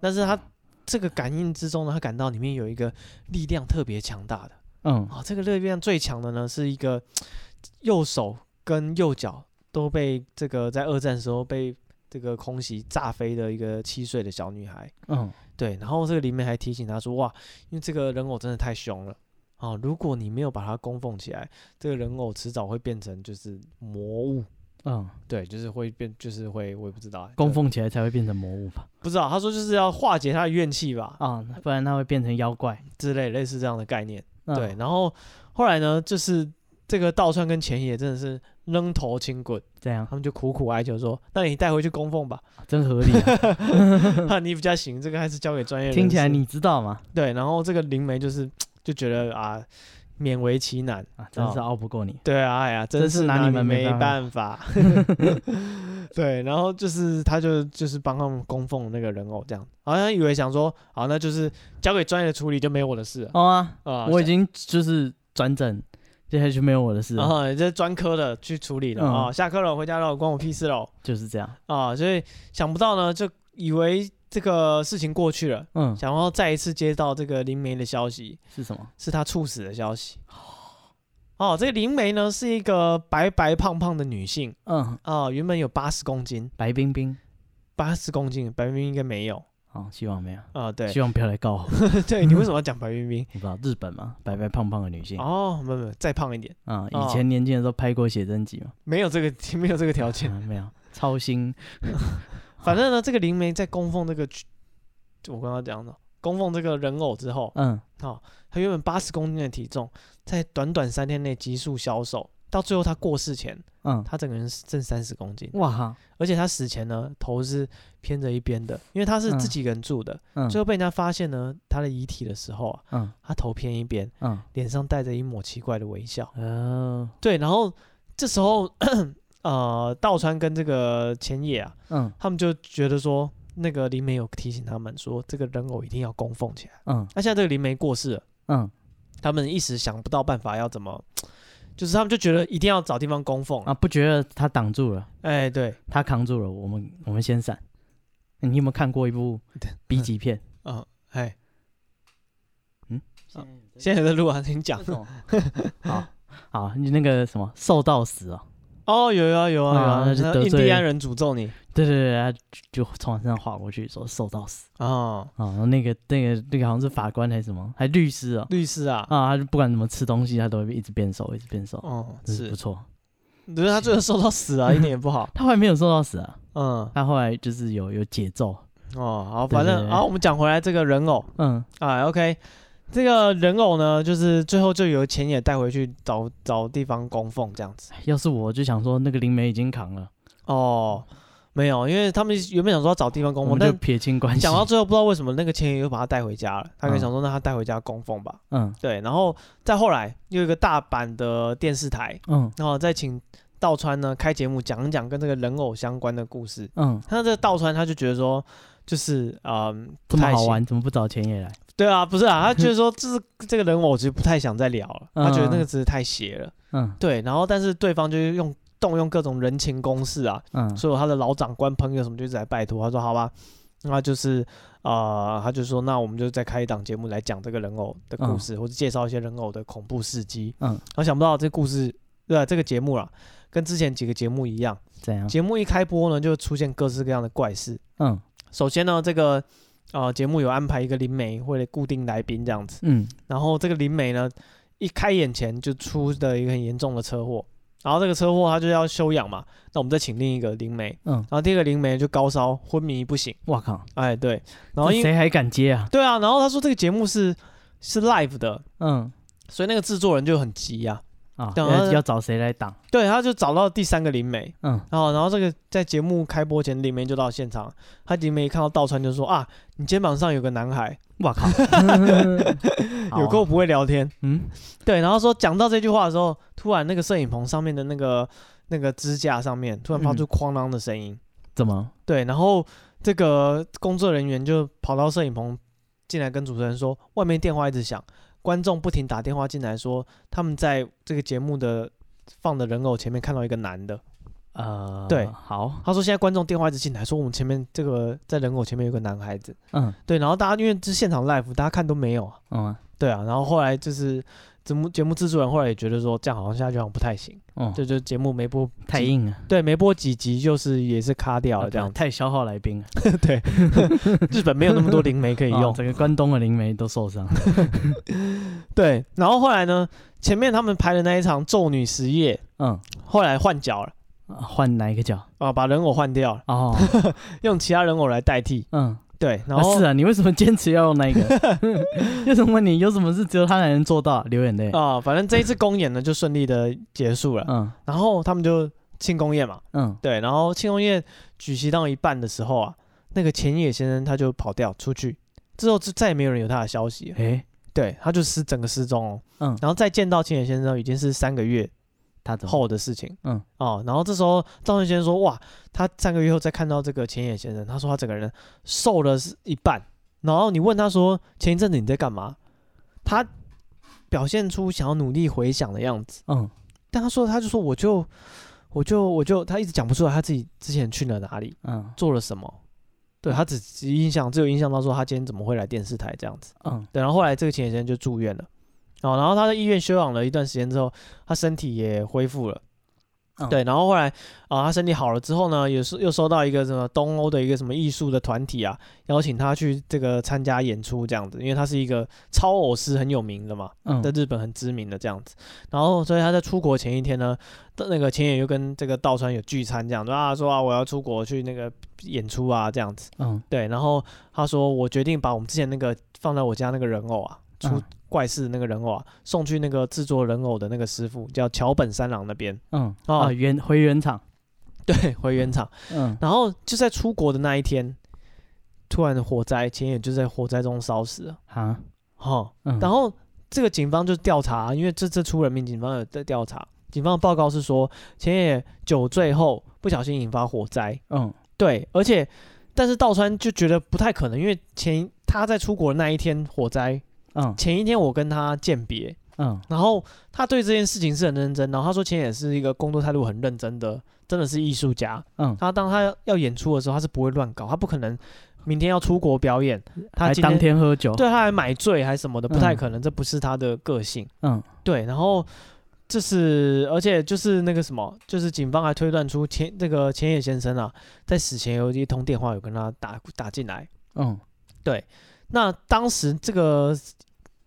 但是他这个感应之中呢，他感到里面有一个力量特别强大的嗯，啊、这个力量最强的呢是一个右手跟右脚都被这个在二战时候被这个空袭炸飞的一个七岁的小女孩。嗯，对，然后这个里面还提醒他说，哇，因为这个人偶真的太凶了啊！如果你没有把它供奉起来，这个人偶迟早会变成就是魔物，嗯，对，就是会变，就是会，我也不知道欸供，对奉起来才会变成魔物吧？不知道。他说就是要化解他的怨气吧，啊，不然他会变成妖怪。之类类似这样的概念。嗯对，，然后后来呢，就是这个道川跟前野真的是扔头轻滚，这样他们就苦苦哀求说，那你带回去供奉 吧，真合理啊。你比较行，这个还是交给专业人士。听起来你知道吗？对，然后这个灵媒就是就觉得啊，勉为其难。啊，真是哦拗不过你。对啊，哎呀，真是是拿拿你们们没没办法。 对，然后就是他就就是帮他们供奉那个人偶这样，好像以为想说，好，那就是交给专业的处理，就没我的事了哦啊，啊。我已经就是转诊，接下去没有我的事然了，后这是专科的去处理了嗯啊、哦，下课了，回家了，关我屁事喽就是这样。啊、所以想不到呢，就以为这个事情过去了，嗯，想要再一次接到这个灵媒的消息，是什么？是她猝死的消息。哦，这个灵媒呢是一个白白胖胖的女性嗯，啊、原本有八十公斤，白冰冰。八十公斤，白冰冰应该没有哦，希望没有，啊、对希望不要来告我。 对，你为什么要讲白冰冰？我不知道日本嘛，白白胖胖的女性哦，没有没有，再胖一点，啊，哦以前年轻的时候拍过写真集嘛，没有这个 没有这个条件。啊没有超新反正呢，这个灵媒在供奉这个去，我刚刚讲的供奉这个人偶之后，嗯哦，她原本八十公斤的体重，在短短三天内急速消瘦，到最后她过世前，嗯，她整个人是正三十公斤，哇哈，而且她死前呢头是偏着一边的，因为她是自己一个人住的。嗯最后被人家发现呢她的遗体的时候啊，嗯她头偏一边，嗯脸上带着一抹奇怪的微笑。哦对，然后这时候 呃，道川跟这个千叶啊，嗯他们就觉得说，那个灵媒有提醒他们说，这个人偶一定要供奉起来。嗯那、现在这个灵媒过世了，嗯他们一时想不到办法要怎么，就是他们就觉得一定要找地方供奉啊啊，不觉得他挡住了，哎，对，他扛住了，我们我们先闪。你有没有看过一部 B 级片？嗯，哎，啊先现在在录啊，你 讲。 好好，你那个什么受到死哦，哦，有啊有啊有啊啊，那就那得印罪第安人诅咒你对对对，他就就从我身上划过去说受到死哦，啊，然后那个那个那个好像是法官还是什么，还律师哦律师啊，啊，他就不管怎么吃东西，他都会一直变瘦，一直变瘦，哦，真是是嗯不，错。可是他最后受到死啊，一点也不好。他后来没有受到死啊，嗯，他后来就是有有解咒，哦，好，对反对正对好，我们讲回来这个人偶，嗯啊，OK，这个人偶呢，就是最后就由钱也带回去找找地方供奉这样子。要是我就想说那个灵媒已经扛了，哦，没有，因为他们原本想说要找地方供我奉，们就但撇清关系。讲到最后不知道为什么那个钱也又把他带回家了。他可以嗯想说，那他带回家供奉吧。嗯对，然后再后来又有一个大阪的电视台，嗯然后再请道川呢开节目讲一讲跟这个人偶相关的故事。嗯，那这个道川他就觉得说，就是嗯，不这么太好行玩，怎么不找钱也来？对啊，不是啊，他觉得说这是这个人偶，其实不太想再聊了，他觉得那个嗯只是太邪了。嗯对，然后但是对方就是用动用各种人情攻势啊，嗯所有他的老长官朋友什么就一直来拜托，他说好吧，那就是呃，他就说那我们就再开一档节目来讲这个人偶的故事，或者介绍一些人偶的恐怖事迹。嗯然后想不到这故事对、啊、这个节目啦，跟之前几个节目一样，怎样？节目一开播呢就出现各式各样的怪事。嗯首先呢，这个呃节目有安排一个灵媒会固定来宾这样子，嗯然后这个灵媒呢，一开演前就出的一个很严重的车祸，然后这个车祸他就要休养嘛，那我们再请另一个灵媒，嗯，然后第二个灵媒就高烧昏迷不醒，我靠，哎对，然后这因谁还敢接啊？对啊，然后他说这个节目是是 live 的，嗯所以那个制作人就很急啊，啊，当然要要找谁来 挡？对，他就找到第三个灵媒，嗯然后然后这个在节目开播前灵媒就到现场，他灵媒看到道川就说啊，你肩膀上有个男孩，我 靠，哦有够不会聊天。啊嗯对，然后说讲到这句话的时候，突然那个摄影棚上面的那个那个支架上面突然发出嗯哐啷的声音，怎么？对，然后这个工作人员就跑到摄影棚进来跟主持人说，外面电话一直响，观众不停打电话进来说他们在这个节目的放的人偶前面看到一个男的，呃，对好，他说现在观众电话一直进来说我们前面这个在人偶前面有个男孩子，嗯对，然后大家因为这现场 live 大家看都没有啊，嗯对啊，然后后来就是节目节目制作人后来也觉得说这样好像下去好像不太行。嗯，对，就节目没播太几，硬啊了，对，没播几集就是也是卡掉了这样子。太消耗来宾了，对，日本没有那么多灵媒可以 以用。整个关东的灵媒都受伤。对，然后后来呢，前面他们拍的那一场《咒女实业嗯，》，后来换角了啊换哪一个角？啊，把人偶换掉了，哦，用其他人偶来代替。嗯，对，然啊后是啊，你为什么坚持要用那 一个？有什么你有什么事只有他才能做到？流眼泪。啊，反正这一次公演呢就顺利的结束了。嗯然后他们就庆功宴嘛，嗯，对，然后庆功宴举行到一半的时候啊，那个前野先生他就跑掉出去，之后就再也没有人有他的消息了。诶，对，他就失整个失踪哦。嗯，然后再见到青野先生已经是三个月他走后的事情。嗯，哦，然后这时候赵先生说：“哇，他三个月后再看到这个前野先生，他说他整个人瘦了是一半。”然后你问他说：“前一阵子你在干嘛？”他表现出想要努力回想的样子，嗯但他说他就说我就我就我就他一直讲不出来他自己之前去了哪里，嗯做了什么。对他只只印象只有印象到说他今天怎么会来电视台这样子。嗯对，然后后来这个前野先生就住院了，哦，然后他在医院休养了一段时间之后，他身体也恢复了。嗯对，然后后来啊、他身体好了之后呢，也是又收到一个什么东欧的一个什么艺术的团体啊，邀请他去这个参加演出这样子，因为他是一个超偶师很有名的嘛，嗯在日本很知名的这样子。然后所以他在出国前一天呢，那个前野又跟这个道川有聚餐这样子啊，说啊我要出国去那个演出啊这样子。嗯对，然后他说我决定把我们之前那个放在我家那个人偶啊，出嗯怪事的那个人偶啊，送去那个制作人偶的那个师傅叫桥本三郎那边，嗯哦啊原回原厂对，回原厂。嗯然后就在出国的那一天，突然火灾，前野就在火灾中烧死了，啊哈、嗯然后这个警方就调查，啊因为这这出人命，警方有在调查。警方的报告是说，前野酒醉后不小心引发火灾，嗯对，而且但是道川就觉得不太可能，因为前一他在出国的那一天火灾，嗯前一天我跟他鉴别，嗯然后他对这件事情是很认真，然后他说前也是一个工作态度很认真的，真的是艺术家。嗯他当他要演出的时候，他是不会乱搞，他不可能明天要出国表演，他还今当天嗯喝酒对他还买醉还什么的，不太可能，这不是他的个性。嗯对，然后这是，而且就是那个什么，就是警方还推断出前那个前野先生啊，在死前有一通电话有跟他打打进来。嗯那当时这个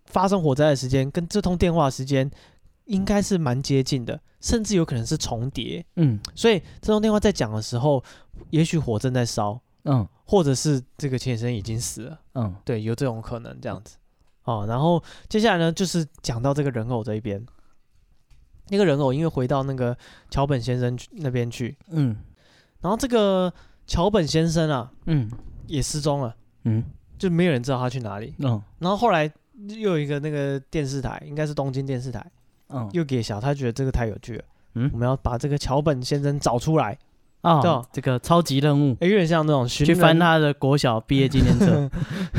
发生火灾的时间跟这通电话的时间应该是蛮接近的，甚至有可能是重叠。嗯所以这通电话在讲的时候，也许火正在烧，嗯或者是这个前野先生已经死了。嗯对，有这种可能这样子。哦，然后接下来呢，就是讲到这个人偶这一边。那个人偶因为回到那个桥本先生去那边去，嗯然后这个桥本先生啊嗯也失踪了，嗯就没有人知道他去哪里。嗯然后后来又有一个那个电视台，应该是东京电视台，嗯又给小他觉得这个太有趣了，嗯我们要把这个桥本先生找出来，对啊哦这个超级任务诶有点像那种寻去人翻，他的国小毕业纪念 册，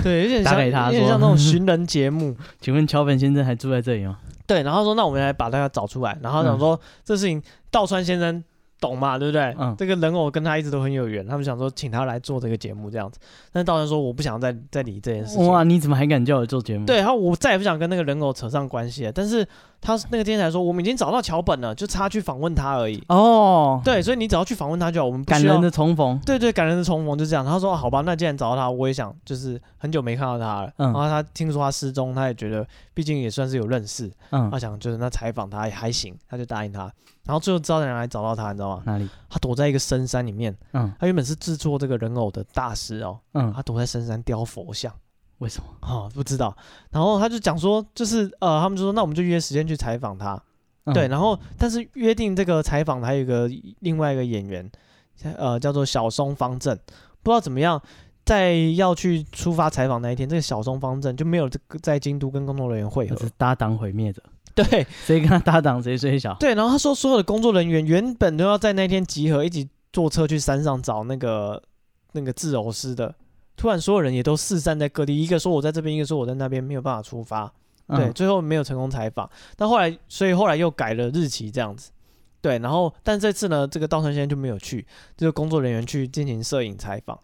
对，有点打像给他有点说像那种寻人节目，请问桥本先生还住在这里吗？对，然后说那我们来把他找出来，然后嗯想说、这事情道川先生懂嘛，对不对？嗯这个人偶跟他一直都很有缘，他们想说请他来做这个节目这样子，但是道川说我不想再再理这件事情。哇，你怎么还敢叫我做节目？对，然后我再也不想跟那个人偶扯上关系了。但是他那个电视台说，我们已经找到桥本了，就差去访问他而已。哦，对，所以你只要去访问他就好，我们不感需要人的重逢，对对，感人的重逢就这样。他说、啊好吧，那既然找到他，我也想就是很久没看到他了。嗯然后他听说他失踪，他也觉得毕竟也算是有认识，嗯他，想就是那采访他也还行，他就答应他。然后最后知道人来找到他，你知道吗？哪里？他躲在一个深山里面。嗯他原本是制作这个人偶的大师哦，嗯，他躲在深山雕佛像为什么？啊、不知道。然后他就讲说，就是呃，他们就说那我们就约时间去采访他。嗯对，，然后但是约定这个采访的还有一个另外一个演员，呃，叫做小松方正，不知道怎么样，在要去出发采访那一天，这个小松方正就没有这个在京都跟工作人员会合我。是搭档毁灭者，对，谁跟他搭档谁最小？对，然后他说所有的工作人员原本都要在那天集合，一起坐车去山上找那个那个制偶师的。突然，所有人也都四散在各地，一个说我在这边，一个说我在那边，没有办法出发。嗯对，，最后没有成功采访。但后来，所以后来又改了日期这样子。对，然后但这次呢，这个稻盛先生就没有去，这个工作人员去进行摄影采访。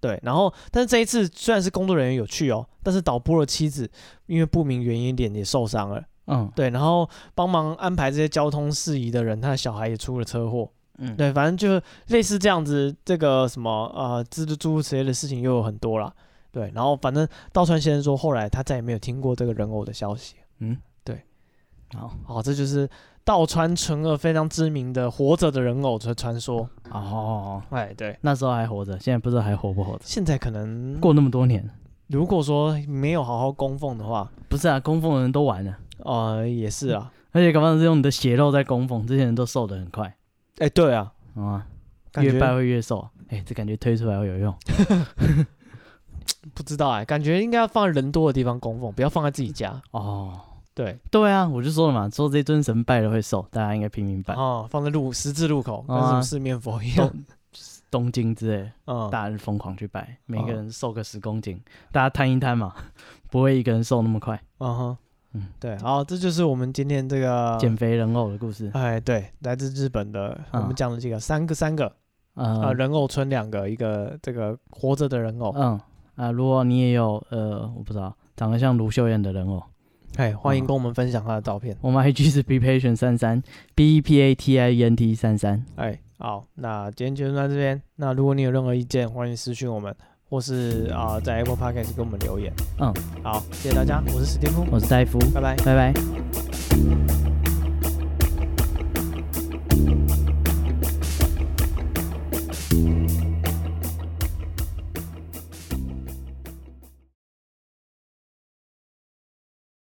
对，然后但是这一次虽然是工作人员有去哦，但是导播的妻子因为不明原因脸也受伤了。嗯对，然后帮忙安排这些交通事宜的人，他的小孩也出了车祸。嗯，对，反正就是类似这样子，这个什么呃，蜘蛛诸如此类的事情又有很多啦。对，然后反正道川先生说，后来他再也没有听过这个人偶的消息。好，哦，这就是道川纯二非常知名的活着的人偶传传说。哦，哎，对，那时候还活着，现在不知道还活不活着。现在可能过那么多年，如果说没有好好供奉的话，不是啊，供奉的人都完了，呃，也是啊。 而且搞不好是用你的血肉在供奉，这些人都瘦得很快，哎，对啊，好吗？感越拜觉会越瘦，哎，这感觉推出来会有用。不知道哎、感觉应该要放人多的地方供奉，不要放在自己家。哦，对，对啊，我就说了嘛，说这尊神拜了会瘦，大家应该拼命拜。哦，放在路十字路口，跟哦什啊么四面佛一样。东京之类，嗯，大家就疯狂去拜，每个哦人瘦个十公斤，大家摊一摊嘛， 不会一个人瘦那么快。嗯哼，嗯对，好，这就是我们今天这个减肥人偶的故事，哎，对，来自日本的，我们嗯讲了几个，三个三个，呃，呃，人偶村两个，一个这个活着的人偶，嗯啊，如果你也有呃，我不知道，长得像卢秀燕的人偶，哎，欢迎嗯跟我们分享他的照片，我们 IG 是 be patient 三三 b e p a t i e n t 三三，哎，好，那今天就到这边，那如果你有任何意见，欢迎私讯我们，或是啊、在 Apple Podcast 给我们留言，嗯，好，谢谢大家，我是史蒂夫，我是戴夫，拜拜。拜拜。